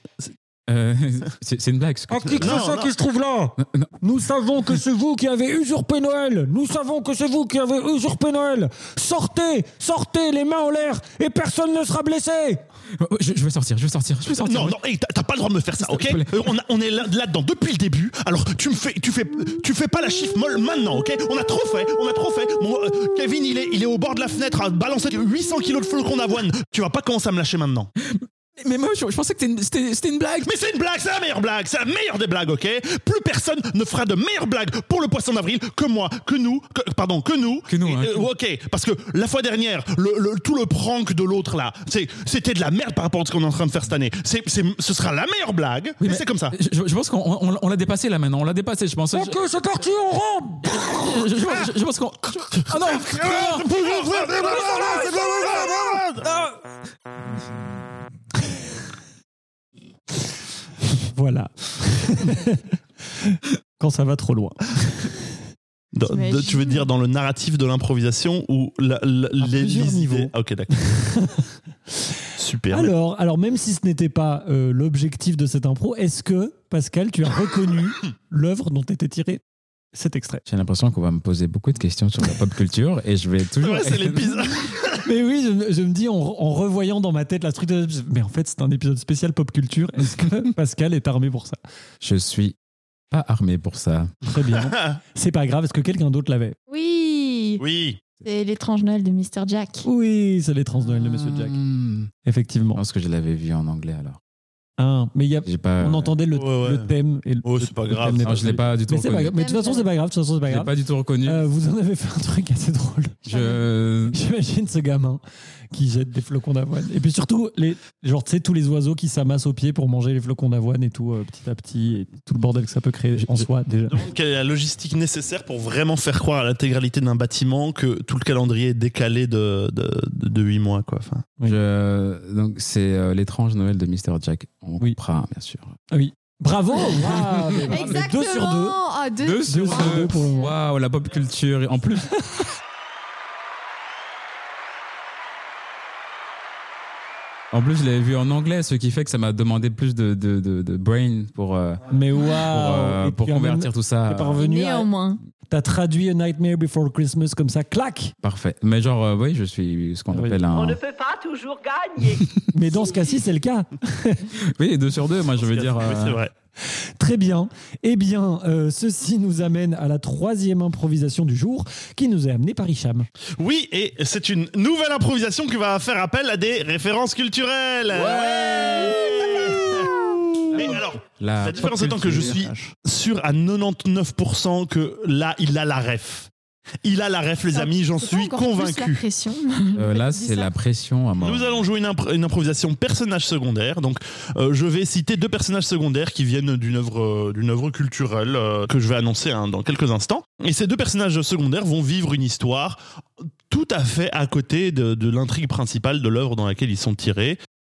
S4: Euh, c'est c'est une blague. ce que
S1: Un
S4: tu-
S1: petit
S3: Non,
S1: crescent
S3: non.
S1: qui se trouve là
S4: Non, non.
S1: Nous savons que c'est vous qui avez usurpé Noël Nous savons que c'est vous qui avez usurpé Noël Sortez Sortez les mains en l'air et personne ne sera blessé
S4: Je, je vais sortir, je vais sortir, je vais sortir.
S3: Non, non, hey, t'as t'as pas le droit de me faire ça,
S4: S'il te
S3: ok
S4: plaît.
S3: Euh, on, a- on est là- là-dedans depuis le début. Alors tu me fais, tu fais, tu fais pas la chiffre molle maintenant, ok On a trop fait, on a trop fait. Mon, euh, Kevin, il est, il est au bord de la fenêtre à balancer 800 kilos de flocons d'avoine. Tu vas pas commencer à me lâcher maintenant.
S4: Mais moi, je, je pensais que c'était une- c'était c'était une blague.
S3: Mais c'est une blague, c'est la meilleure blague, c'est la meilleure des blagues, ok Plus personne ne fera de meilleure blague pour le poisson d'avril que moi, que nous, que, pardon, que nous.
S4: Que nous, hein.
S3: Et, euh, ok, parce que la fois dernière, le, le- tout le prank de l'autre là, c'est- c'était de la merde par rapport à ce qu'on est en train de faire cette année. C'est, c'est- ce sera la meilleure blague,
S4: Oui,
S3: mais
S4: mais-
S3: c'est comme ça.
S4: Je, je- je pense qu'on on- on l'a dépassé là maintenant, on l'a dépassé, je pense. Je,
S1: Ok, c'est parti, on rentre
S4: je- je- je- je pense qu'on. Ah non, non
S1: Voilà. Quand ça va trop loin.
S3: Dans-
S2: T'imagines
S3: de- tu veux dire dans le narratif de l'improvisation ou la, la- les,
S1: plusieurs
S3: les
S1: niveaux.
S3: idées Ah, Ok, d'accord. Super.
S1: Alors, alors, même si ce n'était pas euh, l'objectif de cette impro, est-ce que, Pascal, tu as reconnu l'œuvre dont était tiré cet extrait
S4: J'ai l'impression qu'on va me poser beaucoup de questions sur la pop culture et je vais toujours.
S3: Ouais, c'est l'épisode.
S1: Mais oui, je, je me dis, en, en revoyant dans ma tête la structure, je- mais en fait, c'est un épisode spécial pop culture. Est-ce que Pascal est armé pour ça
S4: Je suis pas armé pour ça.
S1: Très bien. C'est pas grave, est-ce que quelqu'un d'autre l'avait
S2: Oui,
S3: oui.
S2: C'est l'étrange Noël de Mr. Jack.
S1: Oui, c'est les trans Noël de Monsieur Jack.
S4: Hmm. Je
S1: Effectivement.
S4: pense que je l'avais vu en anglais alors.
S1: Hein, mais il y a-
S4: J'ai pas.
S1: on entendait le,
S3: Ouais, ouais.
S1: le thème. Et le-
S3: Oh, c'est pas
S1: le
S3: grave,
S1: thème n'est
S4: Non, je l'ai pas du tout
S1: Mais c'est pas
S4: reconnu.
S1: grave. Mais de toute façon, c'est pas grave. de toute façon, c'est pas
S4: Je l'ai
S1: grave.
S4: pas du tout reconnu.
S1: Euh, vous en avez fait un truc assez drôle. Euh,
S4: Je.
S1: J'imagine ce gamin qui jette des flocons d'avoine. Et puis surtout, les, genre, tu sais, tous les oiseaux qui s'amassent aux pieds pour manger les flocons d'avoine et tout, euh, petit à petit, et tout le bordel que ça peut créer en soi, déjà.
S3: Donc, quelle est la logistique nécessaire pour vraiment faire croire à l'intégralité d'un bâtiment que tout le calendrier est décalé de, de, de, 8 mois, quoi. Enfin,
S4: je- Donc c'est euh, l'étrange Noël de Mr. Jack. On
S1: Oui.
S4: comprend, bien sûr.
S1: Bravo Waouh, mais bravo. Mais
S2: Exactement
S1: Deux sur deux.
S2: Ah, deux.
S4: Deux
S1: sur
S4: sur
S1: deux.
S4: deux.
S1: pour le moment.
S4: Waouh, la pop culture. En plus, en plus, je l'avais vu en anglais, ce qui fait que ça m'a demandé plus de, de, de, de brain pour, euh,
S1: Mais waouh
S4: pour, euh,
S1: Ah, Et
S4: pour
S1: tu as
S4: convertir
S1: même-
S4: tout ça.
S1: t'es pas
S4: euh,
S1: revenu à-
S2: Néanmoins.
S1: T'as traduit A Nightmare Before Christmas comme ça, clac
S4: Parfait. Mais genre, euh, oui, je suis ce qu'on
S1: Ah Oui.
S4: appelle un.
S7: peut pas toujours gagner.
S1: Mais dans ce cas-ci, c'est le cas.
S4: Oui, deux sur deux. Moi, je veux dire.
S3: Oui,
S4: euh,
S3: c'est vrai.
S1: Très bien. Eh bien, euh, ceci nous amène à la troisième improvisation du jour qui nous est amenée par Hicham.
S3: Oui, et c'est une nouvelle improvisation qui va faire appel à des références culturelles. Ouais Mais alors,
S4: La,
S3: La
S4: pop
S3: différence étant que je suis-
S4: culture.
S3: sûr à 99% que là, il a la ref. Il a la ref, les
S2: Ça,
S3: amis, j'en
S2: C'est pas
S3: suis
S2: encore plus La
S3: convaincu.
S2: pression.
S4: Euh, là,
S2: Dis
S4: c'est
S2: ça.
S4: la pression à mort.
S3: Nous allons jouer une, impr- une improvisation personnage secondaire. Donc, euh, je vais citer deux personnages secondaires qui viennent d'une œuvre, euh, d'une œuvre culturelle euh, que je vais annoncer hein, dans quelques instants. Et ces deux personnages secondaires vont vivre une histoire tout à fait à côté de, de l'intrigue principale de l'œuvre dans laquelle ils sont tirés.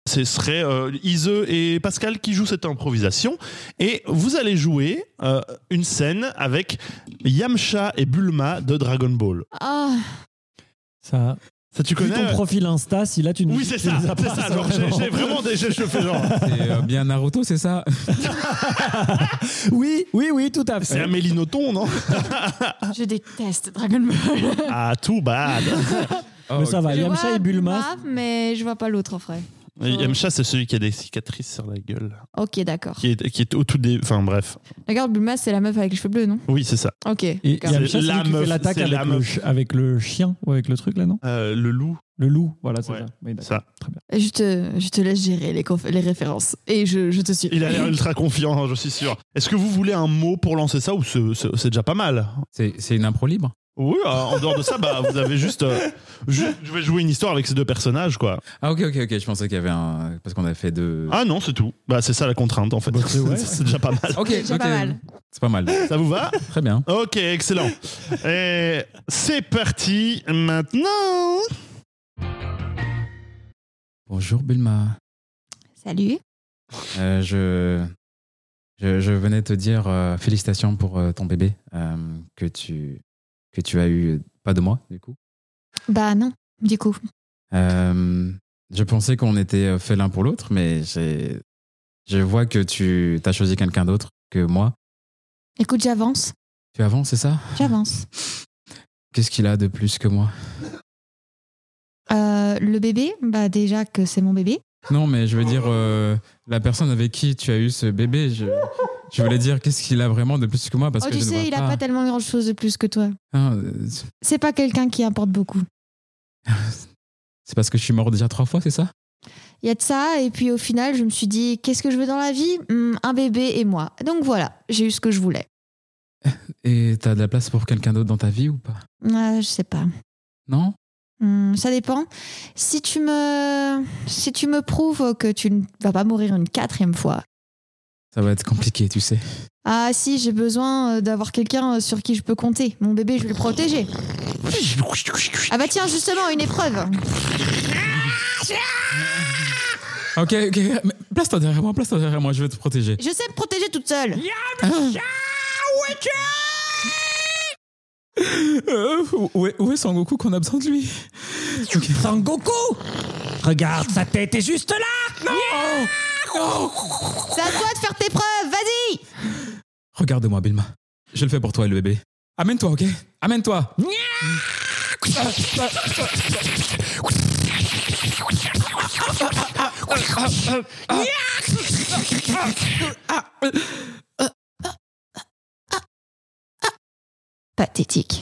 S3: Ce serait euh, Ise et Pascal qui jouent cette improvisation. Et vous allez jouer euh, une scène avec Yamcha et Bulma de Dragon Ball.
S2: Ah,
S1: Ça,
S3: Ça, tu
S1: vu
S3: connais euh,
S1: ton profil Insta, si là tu nous
S3: Oui, c'est
S1: tu
S3: ça.
S1: nous as
S3: C'est
S1: pas,
S3: ça.
S1: ça,
S3: Genre, j'ai
S1: vraiment.
S3: j'ai vraiment des je- je fais genre.
S4: C'est euh, bien Naruto, c'est ça
S1: Oui, oui, oui, tout à
S3: C'est
S1: fait.
S3: Amélie Nothomb, non
S2: je déteste Dragon Ball.
S3: Ah, tout bad.
S4: Oh,
S1: Mais ça
S4: ok.
S1: va,
S2: Je
S1: Yamcha
S2: vois
S1: et Bulma.
S2: Bulma, mais je vois pas l'autre en vrai.
S3: Yamcha, c'est celui qui a des cicatrices sur la gueule.
S2: Ok, d'accord.
S3: Qui est, qui est au tout des. Enfin, bref.
S2: Regarde, Bulma, c'est la meuf avec les cheveux bleus, non
S3: Oui, c'est ça.
S2: Ok.
S1: Et
S2: d'accord.
S1: Yamcha, c'est
S3: la
S1: lui qui
S3: meuf,
S1: fait l'attaque
S3: c'est
S1: avec,
S3: la
S1: le
S3: meuf.
S1: ch- avec le chien ou avec le truc là, non
S3: Euh, le loup,
S1: Le loup, voilà, c'est
S3: Ouais.
S1: ça. Oui, d'accord.
S3: ça.
S2: Je, te, je te laisse gérer les, conf- les références. Et je, je te suis.
S3: Il a l'air ultra confiant, hein, je suis sûr. Est-ce que vous voulez un mot pour lancer ça ou c'est- c'est c'est déjà pas mal
S4: C'est c'est une impro libre
S3: Oui, euh, en dehors de ça, bah, vous avez juste. euh, je, je vais jouer une histoire avec ces deux personnages, quoi.
S4: Ah, ok, ok, ok. Je pensais qu'il y avait un. Parce qu'on avait fait deux.
S3: Ah non, c'est tout. Bah, c'est ça la contrainte, en fait.
S1: Bah, c'est- ouais.
S3: c'est déjà pas mal.
S4: ok,
S2: C'est déjà
S4: ok.
S2: pas mal.
S4: C'est pas mal.
S3: Ça vous va
S4: Très bien.
S3: Ok, excellent. Et c'est parti maintenant.
S4: Bonjour Bulma.
S2: Salut.
S4: Euh, je, je, je venais te dire euh, félicitations pour euh, ton bébé euh, que, tu, que tu as eu, euh, pas de moi du coup.
S2: Bah non, du coup.
S4: Euh, je pensais qu'on était euh, fait l'un pour l'autre, mais j'ai- je vois que tu as choisi quelqu'un d'autre que moi.
S2: Écoute, j'avance.
S4: Tu avances, c'est ça
S2: J'avance.
S4: Qu'est-ce qu'il a de plus que moi
S2: Euh, le bébé, bah déjà que c'est mon bébé.
S4: Non, mais je veux dire, euh, la personne avec qui tu as eu ce bébé, je, je voulais dire qu'est-ce qu'il a vraiment de plus que moi parce
S2: oh,
S4: que
S2: tu
S4: je ne vois
S2: sais, il a
S4: pas.
S2: pas tellement grand chose de plus que toi.
S4: Ah, euh,
S2: C'est pas quelqu'un qui importe beaucoup.
S4: c'est parce que je suis mort déjà trois fois, c'est ça
S2: Il y a de ça, et puis au final, je me suis dit, qu'est-ce que je veux dans la vie Hum, Un bébé et moi. Donc voilà, j'ai eu ce que je voulais.
S4: Et t'as de la place pour quelqu'un d'autre dans ta vie ou pas
S2: Ah, je sais pas.
S4: Non
S2: Hum, ça dépend. Si tu me, si tu me prouves que tu ne vas pas mourir une quatrième fois.
S4: Ça va être compliqué, tu sais.
S2: Ah si, j'ai besoin euh, d'avoir quelqu'un euh, sur qui je peux compter. Mon bébé, je vais le protéger. Ah bah tiens, justement, une épreuve.
S4: Ok, ok, mais place-toi derrière moi, place-toi derrière moi, je vais te protéger.
S2: Je sais me protéger toute seule.
S4: Euh, où, est, où est Sangoku qu'on a besoin de lui
S1: Sangoku Regarde, sa tête est juste là
S2: C'est à toi de faire tes preuves, vas-y
S4: Regarde-moi, Bilma. Je le fais pour toi, le bébé. Amène-toi, ok Amène-toi
S2: Pathétique.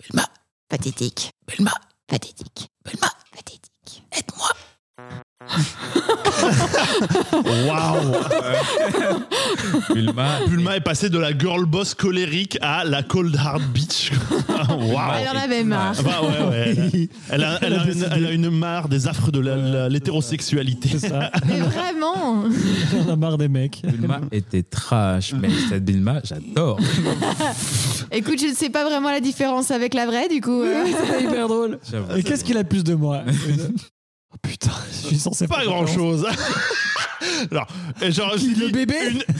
S2: Belma. Pathétique. Belma. Pathétique. Belma. Pathétique. Aide-moi.
S3: Waouh
S4: Bulma.
S3: Bulma est passée de la girl boss colérique à la cold hard bitch. Waouh
S2: Elle en avait marre.
S3: Bah ouais, ouais. Elle a,
S1: Elle
S3: elle a
S1: a
S3: une,
S1: décidé.
S3: elle a une marre des affres de la- la- l'hétérosexualité.
S1: C'est ça,
S2: Mais vraiment
S1: on a marre des mecs.
S4: Bulma était trash, mais cette Bulma, j'adore.
S2: Écoute, je ne sais pas vraiment la différence avec la vraie, du coup. euh.
S1: C'est hyper drôle
S4: J'avoue.
S1: Et qu'est-ce qu'il a de plus de moi Oh putain, je suis censé
S3: Pas
S1: faire
S3: grand
S1: confiance.
S3: chose. Alors, et genre, je me suis
S1: le
S3: dit,
S1: bébé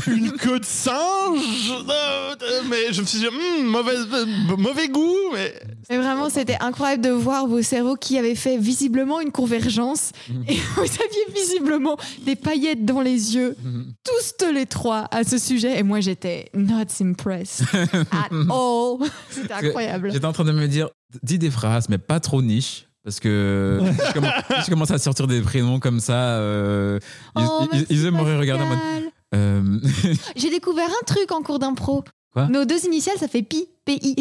S3: une, une queue de singe, euh, euh, mais je me suis dit, hmm, mauvais, euh, mauvais goût, mais
S2: Mais vraiment, c'était incroyable de voir vos cerveaux qui avaient fait visiblement une convergence.
S4: Mm-hmm.
S2: Et vous aviez visiblement des paillettes dans les yeux,
S4: Mm-hmm.
S2: tous les trois, à ce sujet. Et moi, j'étais not impressed at all. C'était incroyable.
S4: J'étais en train de me dire, dis des phrases, mais pas trop niche. Parce que je commence, je commence à sortir des prénoms comme ça. euh, ils,
S2: Oh,
S4: ils-
S2: merci,
S4: ils aiment me regarder en mode.
S2: Pascal.
S4: euh,
S2: J'ai découvert un truc en cours d'impro.
S4: Quoi
S2: Nos deux initiales, ça fait pi, PI.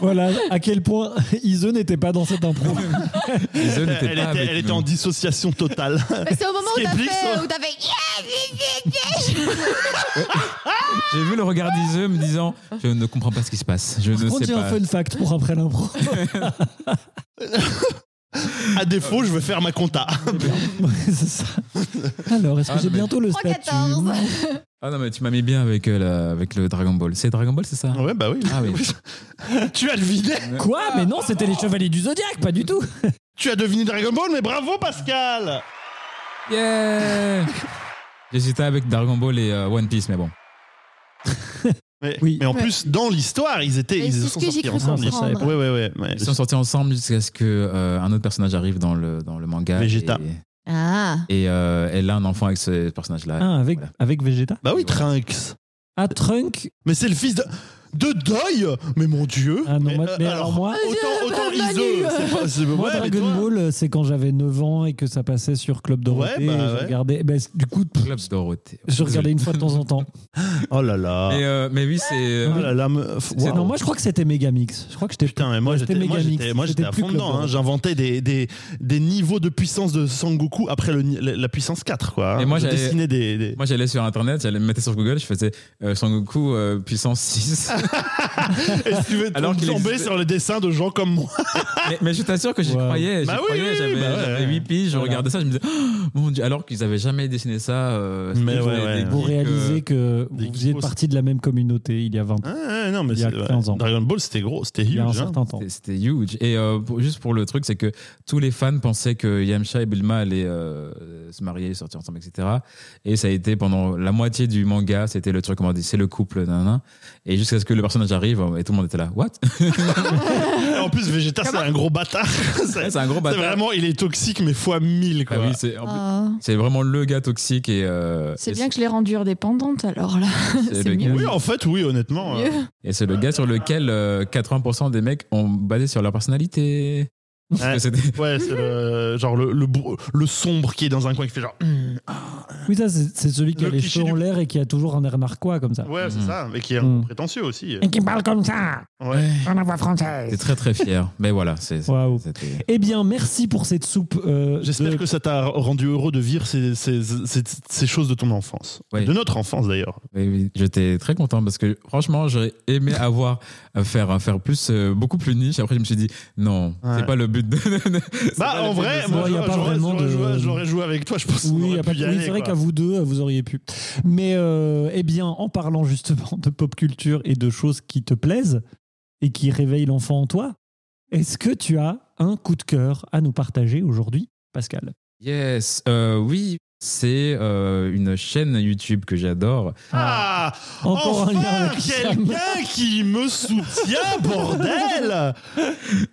S1: Voilà à quel point Ize n'était pas dans cette impro.
S4: Les zones n'étaient
S3: Elle, était,
S4: pas avec
S3: elle était
S4: nous.
S3: en dissociation totale.
S2: Mais c'est au moment
S3: Ce
S2: où
S3: qui
S2: t'as
S3: implique
S2: fait,
S4: hein.
S3: ça.
S2: où t'as fait
S4: J'ai vu le regard d'Iseu me disant Je ne comprends pas ce qui se passe. Je ne
S1: Par contre,
S4: sais
S1: il y a
S4: pas.
S1: un fun fact pour après l'impro.
S3: À défaut, je vais faire ma compta.
S1: Ouais, c'est ça. Alors, est-ce que
S4: Ah,
S1: j'ai
S4: mais-
S1: bientôt le statut
S2: 3-14.
S4: Ah non, mais tu m'as mis bien avec, euh, la- avec le Dragon Ball. C'est Dragon Ball, c'est ça
S3: Ouais, bah oui.
S4: Ah oui.
S3: Tu as deviné.
S1: Quoi Mais non, c'était les chevaliers du zodiaque, pas du tout.
S3: Tu as deviné Dragon Ball, mais bravo Pascal.
S4: Yeah J'hésitais avec Dragon Ball et euh, One Piece, mais bon.
S3: Mais,
S1: Oui.
S3: mais en
S2: Ouais.
S3: plus, dans l'histoire, ils étaient,
S2: Mais
S3: ils
S2: c'est
S3: se
S2: ce
S3: sont
S2: que j'ai
S3: sortis
S2: cru
S3: ensemble.
S1: comprendre.
S3: Ouais, ouais, ouais. ouais.
S4: Ils sont sortis ensemble jusqu'à ce que euh, un autre personnage arrive dans le, dans le manga.
S3: Vegeta.
S2: Ah
S4: Et, et, euh, elle a un enfant avec ce personnage-là.
S1: Ah, avec,
S4: Voilà.
S1: avec Vegeta.
S3: Bah oui, Trunks.
S1: Ah, Trunk.
S3: Mais c'est le fils de. De deuil Mais mon dieu
S1: Ah non, moi- mais
S3: euh,
S1: alors moi-
S3: Autant, autant
S2: Manu.
S3: Iso c'est pas- c'est-
S1: Moi,
S3: ouais, mais
S1: Dragon
S3: toi- hein.
S1: Ball, c'est quand j'avais 9 ans et que ça passait sur Club Dorothée.
S3: Ouais, bah,
S1: et je
S3: ouais.
S1: regardais. bah, c- du coup, pff,
S4: Club Dorothée.
S1: je regardais une fois de temps en temps.
S3: Oh là là
S4: Mais, euh, mais oui, c'est.
S3: Oh là là me-
S1: C'est-
S3: waouh.
S1: Non, moi, je crois que c'était Megamix. Je crois que j'étais.
S3: Putain, mais moi
S1: c'était
S3: j'étais moi,
S1: Megamix,
S3: j'étais- moi,
S1: c'était
S3: j'étais à
S1: plus
S3: fond
S1: Club
S3: dedans. hein.
S1: Dorothée.
S3: J'inventais des, des, des niveaux de puissance de Sangoku après le ni- la, la puissance 4, quoi. hein.
S4: Et moi,
S3: je
S4: j'avais-
S3: dessinais des. des-
S4: Moi, j'allais sur internet, j'allais me mettre sur Google, je faisais euh, Sangoku euh, puissance 6.
S3: Est-ce que tu veux
S4: Alors qu'il
S3: tomber
S4: existe-
S3: sur le dessin de gens comme moi
S4: mais, mais je t'assure que j'y
S1: Ouais.
S4: croyais. j'y
S3: Bah oui,
S4: croyais,
S3: oui,
S4: j'avais,
S3: bah ouais.
S4: j'avais 8 piges, je
S1: Voilà.
S4: regardais ça, je me disais, Oh, mon dieu, alors qu'ils avaient jamais dessiné ça. euh,
S3: Mais
S4: c'était
S3: ouais,
S4: des-
S3: ouais.
S4: des
S1: Vous
S4: geeks,
S1: réalisez que
S3: euh, des
S1: vous faisiez
S3: geekos.
S1: partie de la même communauté il y a 20
S3: Ah, ah, Non, mais
S1: Il y a
S3: c'est- ouais.
S1: 15 ans.
S3: Dragon Ball, c'était gros, c'était
S1: il y a un
S3: huge. hein.
S1: certain temps.
S4: C'était- C'était huge. Et euh, pour- juste pour le truc, c'est que tous les fans pensaient que Yamcha et Bulma allaient euh, se marier, sortir ensemble, etc. Et ça a été pendant la moitié du manga, c'était le truc, comment on dit, c'est le couple, nanana. Et jusqu'à ce que le personnage arrive, et tout le monde était là, what
S3: Et En plus, Vegeta, c'est un gros bâtard. c'est
S4: C'est un gros
S3: c'est
S4: bâtard.
S3: vraiment, il est toxique, mais fois 1000,
S4: Ah
S3: quoi.
S4: oui, c'est en plus,
S2: Ah.
S4: c'est vraiment le gars toxique et. euh,
S2: C'est
S4: et
S2: bien que je l'ai rendue indépendante alors là.
S4: c'est
S2: c'est
S4: le
S2: mieux.
S4: gars-
S3: Oui, en fait, oui, honnêtement. euh,
S2: Mieux.
S4: Et c'est le gars sur lequel euh, 80% des mecs ont basé sur leur personnalité. Parce que c'était-
S3: Ouais, c'est le, genre le, le, bou- le sombre qui est dans un coin qui fait genre. Hum,
S1: Oui, ça, c'est c'est celui qui
S3: Le
S1: a les
S3: cliché
S1: cheveux en
S3: du-
S1: l'air et qui a toujours un air narquois comme ça.
S3: Ouais, c'est
S4: Mhm.
S3: ça, mais qui est un
S1: Mhm.
S3: peu prétentieux aussi.
S7: Et qui parle comme ça,
S3: Ouais.
S7: dans la voix française.
S4: T'es très très fier. Mais voilà, c'est. c'est-
S1: Waouh.
S4: c'était-
S1: Eh bien, merci pour cette soupe. euh,
S3: J'espère
S1: de-
S3: que ça t'a rendu heureux de vivre ces, ces, ces, ces choses de ton enfance.
S4: Ouais.
S3: De notre enfance d'ailleurs.
S4: Oui, oui, J'étais très content parce que franchement, j'aurais aimé avoir à faire, à faire plus, euh, beaucoup plus niche. Après, je me suis dit, non,
S3: Ouais.
S4: c'est pas le but de. c'est pas
S3: Bah
S4: le
S3: en
S4: but
S3: vrai,
S4: de ça.
S1: moi,
S3: moi
S1: il y a
S3: j'aurais-
S1: pas
S3: j'aurais
S1: vraiment
S3: j'aurais
S1: de-
S3: joué, j'aurais joué avec toi, je pense. qu'on
S1: Oui,
S3: aurait
S1: y a
S3: pu
S1: pas-
S3: y
S1: oui,
S3: aller,
S1: c'est vrai
S3: quoi.
S1: qu'à vous deux, vous auriez pu. Mais euh, eh bien, en parlant justement de pop culture et de choses qui te plaisent et qui réveillent l'enfant en toi, est-ce que tu as un coup de cœur à nous partager aujourd'hui, Pascal
S4: Yes, euh, oui, c'est euh, une chaîne YouTube que j'adore.
S3: Ah,
S1: Encore un lien
S3: enfin
S1: avec Sam.
S3: quelqu'un qui me soutient, bordel
S4: Non,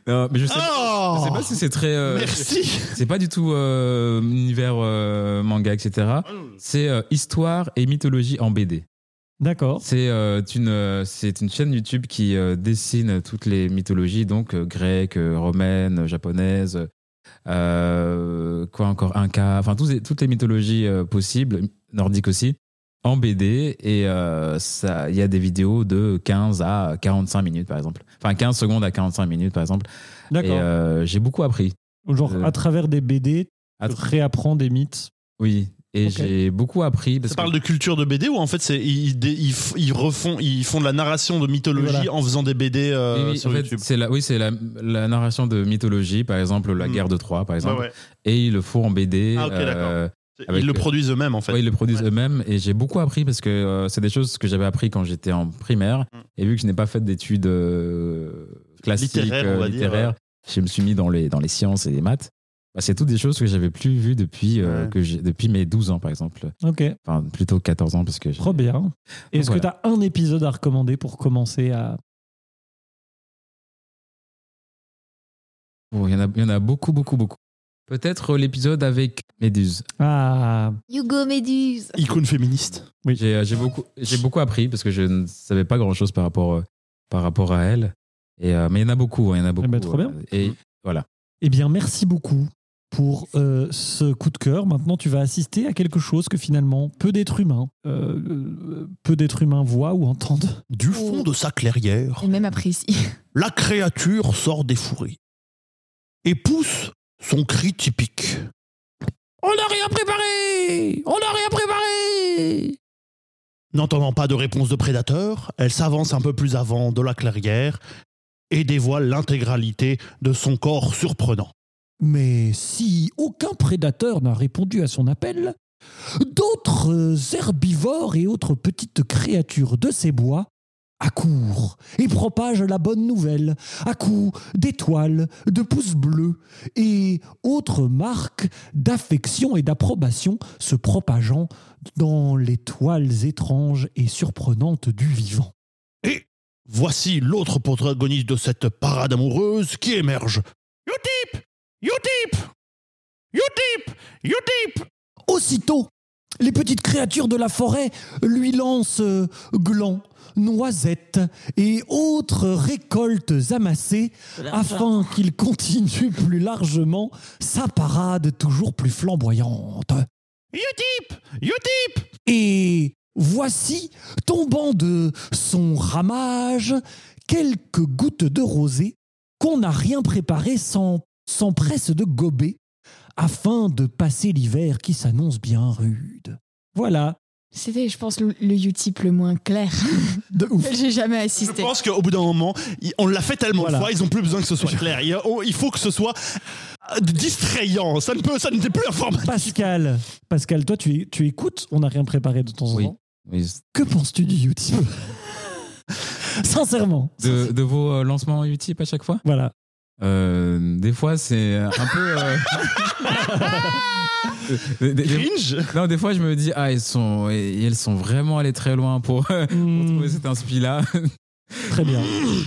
S4: Euh, mais je sais,
S3: Oh
S4: je sais pas si c'est très. euh,
S3: Merci
S4: C'est pas du tout euh, univers euh, manga, etc. C'est euh, histoire et mythologie en BD.
S1: D'accord.
S4: C'est euh, une, euh, c'est une chaîne YouTube qui euh, dessine toutes les mythologies, donc euh, grecque, euh, romaine, euh, japonaise, euh, quoi encore, inca, enfin tous les- toutes les mythologies euh, possibles, nordiques aussi, en BD. Et euh, ça- il y a des vidéos de 15 à 45 minutes, par exemple. Enfin, 15 secondes à 45 minutes, par exemple. Et
S1: D'accord.
S4: euh, j'ai beaucoup appris.
S1: Genre,
S4: euh,
S1: à travers des BD,
S4: à
S1: tu
S4: tra-
S1: réapprends des mythes.
S4: Oui. Et
S1: Ok.
S4: j'ai beaucoup appris. Parce
S3: Ça parle de culture de BD ou en fait c'est ils, dé- ils, f- ils refont ils font de la narration de mythologie
S1: Voilà.
S3: en faisant des BD euh,
S4: Oui, oui,
S3: sur
S4: en fait,
S3: YouTube.
S4: c'est la, oui, c'est la, la narration de mythologie, par exemple la
S3: Hmm.
S4: guerre de Troie, par exemple,
S3: Ouais, ouais.
S4: et ils le font en BD.
S3: Ah, ok, d'accord.
S4: avec- euh,
S3: ils le produisent eux-mêmes en fait.
S4: ouais, ils le produisent
S3: Ouais.
S4: eux-mêmes, et j'ai beaucoup appris parce que euh, c'est des choses que j'avais appris quand j'étais en primaire,
S3: Hmm.
S4: et vu que je n'ai pas fait d'études euh, classiques
S3: Littéraires, on
S4: euh,
S3: va dire,
S4: littéraires, je me suis mis dans les dans les sciences et les maths. Bah, c'est toutes des choses que j'avais plus vues depuis euh,
S3: Ouais.
S4: que j'ai- depuis mes 12 ans, par exemple,
S1: Ok,
S4: enfin plutôt 14 ans parce que j'ai-
S1: trop bien. Est-ce que tu
S4: voilà.
S1: as un épisode à recommander pour commencer à.
S4: Bon, Oh, il y en a il y en a beaucoup beaucoup beaucoup. Peut-être l'épisode avec Méduse.
S1: Ah,
S2: Hugo Méduse.
S3: Icône féministe.
S4: J'ai j'ai beaucoup, j'ai beaucoup appris parce que je ne savais pas grand chose par rapport, euh, par rapport à elle. Et, euh, mais il y en a beaucoup, hein, il y en a beaucoup.
S1: ben, trop bien.
S4: euh, Et voilà.
S1: eh bien, merci beaucoup pour euh, ce coup de cœur. Maintenant, tu vas assister à quelque chose que finalement peu d'êtres humains, euh, peu d'êtres humains voient ou entendent.
S4: Oh.
S3: Du fond de sa clairière,
S2: Et même après ici.
S3: la créature sort des fourrés et pousse son cri typique. On n'a rien préparé On n'a rien préparé N'entendant pas de réponse de prédateur, elle s'avance un peu plus avant de la clairière et dévoile l'intégralité de son corps surprenant.
S1: Mais si aucun prédateur n'a répondu à son appel, d'autres herbivores et autres petites créatures de ces bois accourent et propagent la bonne nouvelle à coups d'étoiles, de pouces bleus et autres marques d'affection et d'approbation se propageant dans les toiles étranges et surprenantes du vivant.
S3: Voici l'autre protagoniste de cette parade amoureuse qui émerge. Utip Utip Utip Utip
S1: Aussitôt, les petites créatures de la forêt lui lancent euh, glands, noisettes et autres récoltes amassées afin qu'il continue plus largement sa parade toujours plus flamboyante.
S3: Utip Utip
S1: Et voici, tombant de son ramage, quelques gouttes de rosée qu'on n'a rien préparé sans, sans presse de gober afin de passer l'hiver qui s'annonce bien rude. Voilà.
S2: C'était, je pense, le, le Utip le moins clair.
S1: De ouf.
S2: J'ai jamais
S3: Je
S2: assisté.
S3: pense qu'au bout d'un moment, il- on l'a fait tellement
S1: Voilà.
S3: de fois, ils ont plus besoin que ce soit clair. Il y a- on- il faut que ce soit euh, distrayant. Ça ne peut, ça n'était plus
S4: Ah,
S3: informatif.
S1: Pascal, Pascal, toi tu, tu écoutes, on n'a rien préparé de temps en
S4: Oui.
S1: temps.
S4: Oui, c'est-
S1: Que penses-tu du Utip Sincèrement.
S4: De, de vos euh, lancements Utip à chaque fois
S1: Voilà.
S4: Euh, Des fois, c'est un peu. euh, des- des- des-
S3: Cringe.
S4: non, des fois, je me dis, ah, ils sont, et- elles sont vraiment allées très loin pour euh,
S1: Mm,
S4: trouver cet inspi-là.
S1: très bien.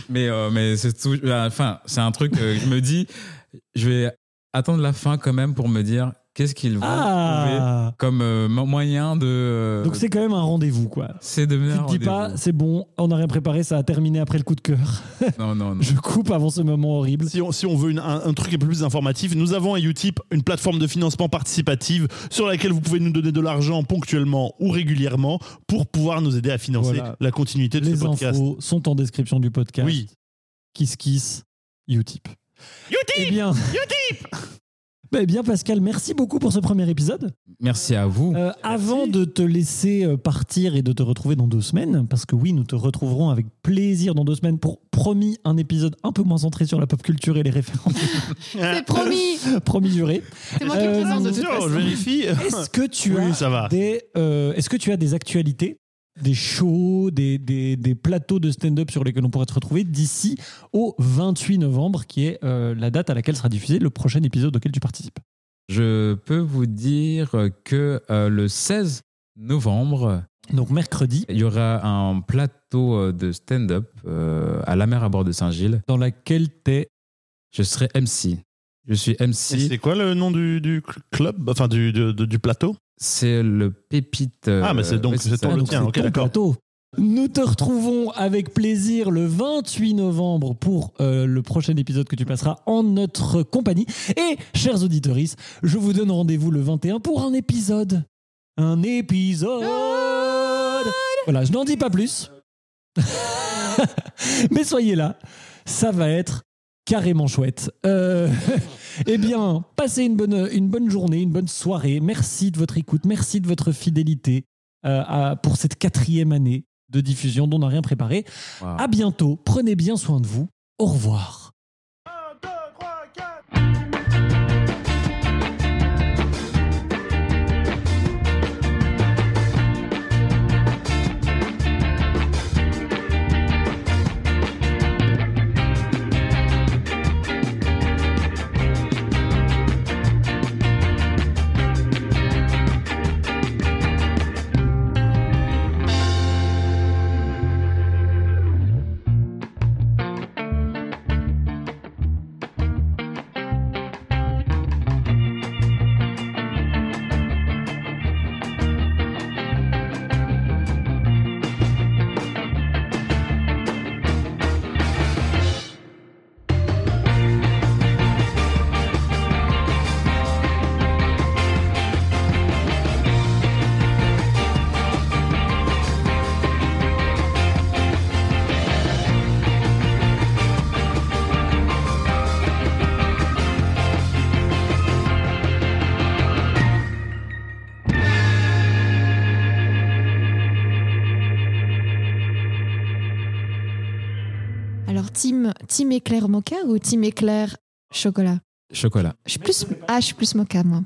S4: Mais, euh, mais c'est tout. Enfin, c'est un truc que je me dis, je vais attendre la fin quand même pour me dire qu'est-ce qu'ils vont trouver
S1: Ah
S4: comme euh, mo- moyen de. euh,
S1: Donc c'est quand même un rendez-vous quoi.
S4: c'est de
S1: Tu
S4: mener un
S1: te dis pas,
S4: rendez-vous.
S1: c'est bon, on n'a rien préparé, ça a terminé après le coup de cœur.
S4: Non, non, non.
S1: Je coupe avant ce moment horrible.
S3: Si on, si on veut une- un, un truc un peu plus informatif, nous avons à Utip une plateforme de financement participative sur laquelle vous pouvez nous donner de l'argent ponctuellement ou régulièrement pour pouvoir nous aider à financer
S1: Voilà.
S3: la continuité de
S1: Les
S3: ce podcast.
S1: infos sont en description du podcast.
S3: Oui.
S1: Kiss Kiss, Utip.
S3: Utip
S1: Eh bien. Eh bien Pascal, merci beaucoup pour ce premier épisode.
S4: Merci à vous.
S1: Euh, avant de te laisser euh, partir et de te retrouver dans deux semaines, parce que oui, nous te retrouverons avec plaisir dans deux semaines pour, promis, un épisode un peu moins centré sur la pop culture et les références,
S2: C'est promis.
S1: promis juré.
S2: C'est moi qui le
S1: Euh,
S2: présente de toute
S3: Attention, je
S2: façon.
S3: vérifie.
S1: Est-ce que tu
S3: Oui,
S1: as
S3: ça va.
S1: des, euh, est-ce que tu as des actualités, des shows, des, des, des plateaux de stand-up sur lesquels on pourrait te retrouver d'ici au 28 novembre, qui est euh, la date à laquelle sera diffusé le prochain épisode auquel tu participes.
S4: Je peux vous dire que euh, le 16 novembre,
S1: Donc mercredi,
S4: il y aura un plateau euh, de stand-up euh, à la mer à bord de Saint-Gilles
S1: dans laquelle t'es
S4: je serai MC. Je suis
S3: Et
S4: MC.
S3: C'est quoi le nom du, du cl- club, enfin du, du- du plateau
S4: C'est le pépite. euh,
S3: Ah, mais c'est donc-
S4: ouais,
S3: c'est
S4: ça.
S3: ton-
S1: Ah,
S3: le
S1: donc
S3: tien,
S1: c'est
S3: ok,
S1: ton
S3: d'accord.
S1: plateau. Nous te retrouvons avec plaisir le 28 novembre pour euh, le prochain épisode que tu passeras en notre compagnie. Et, chers auditeurs, je vous donne rendez-vous le 21 pour un épisode. Un épisode Voilà, je n'en dis pas plus. Mais soyez là, ça va être carrément chouette. Euh, eh bien, passez une bonne, une bonne journée, une bonne soirée. Merci de votre écoute, merci de votre fidélité euh, à- pour cette quatrième année de diffusion dont on n'a rien préparé.
S4: Wow.
S1: À bientôt, prenez bien soin de vous. Au revoir.
S2: Alors, team, team éclair mocha ou team éclair chocolat
S4: Chocolat.
S2: Je suis plus H plus mocha, moi.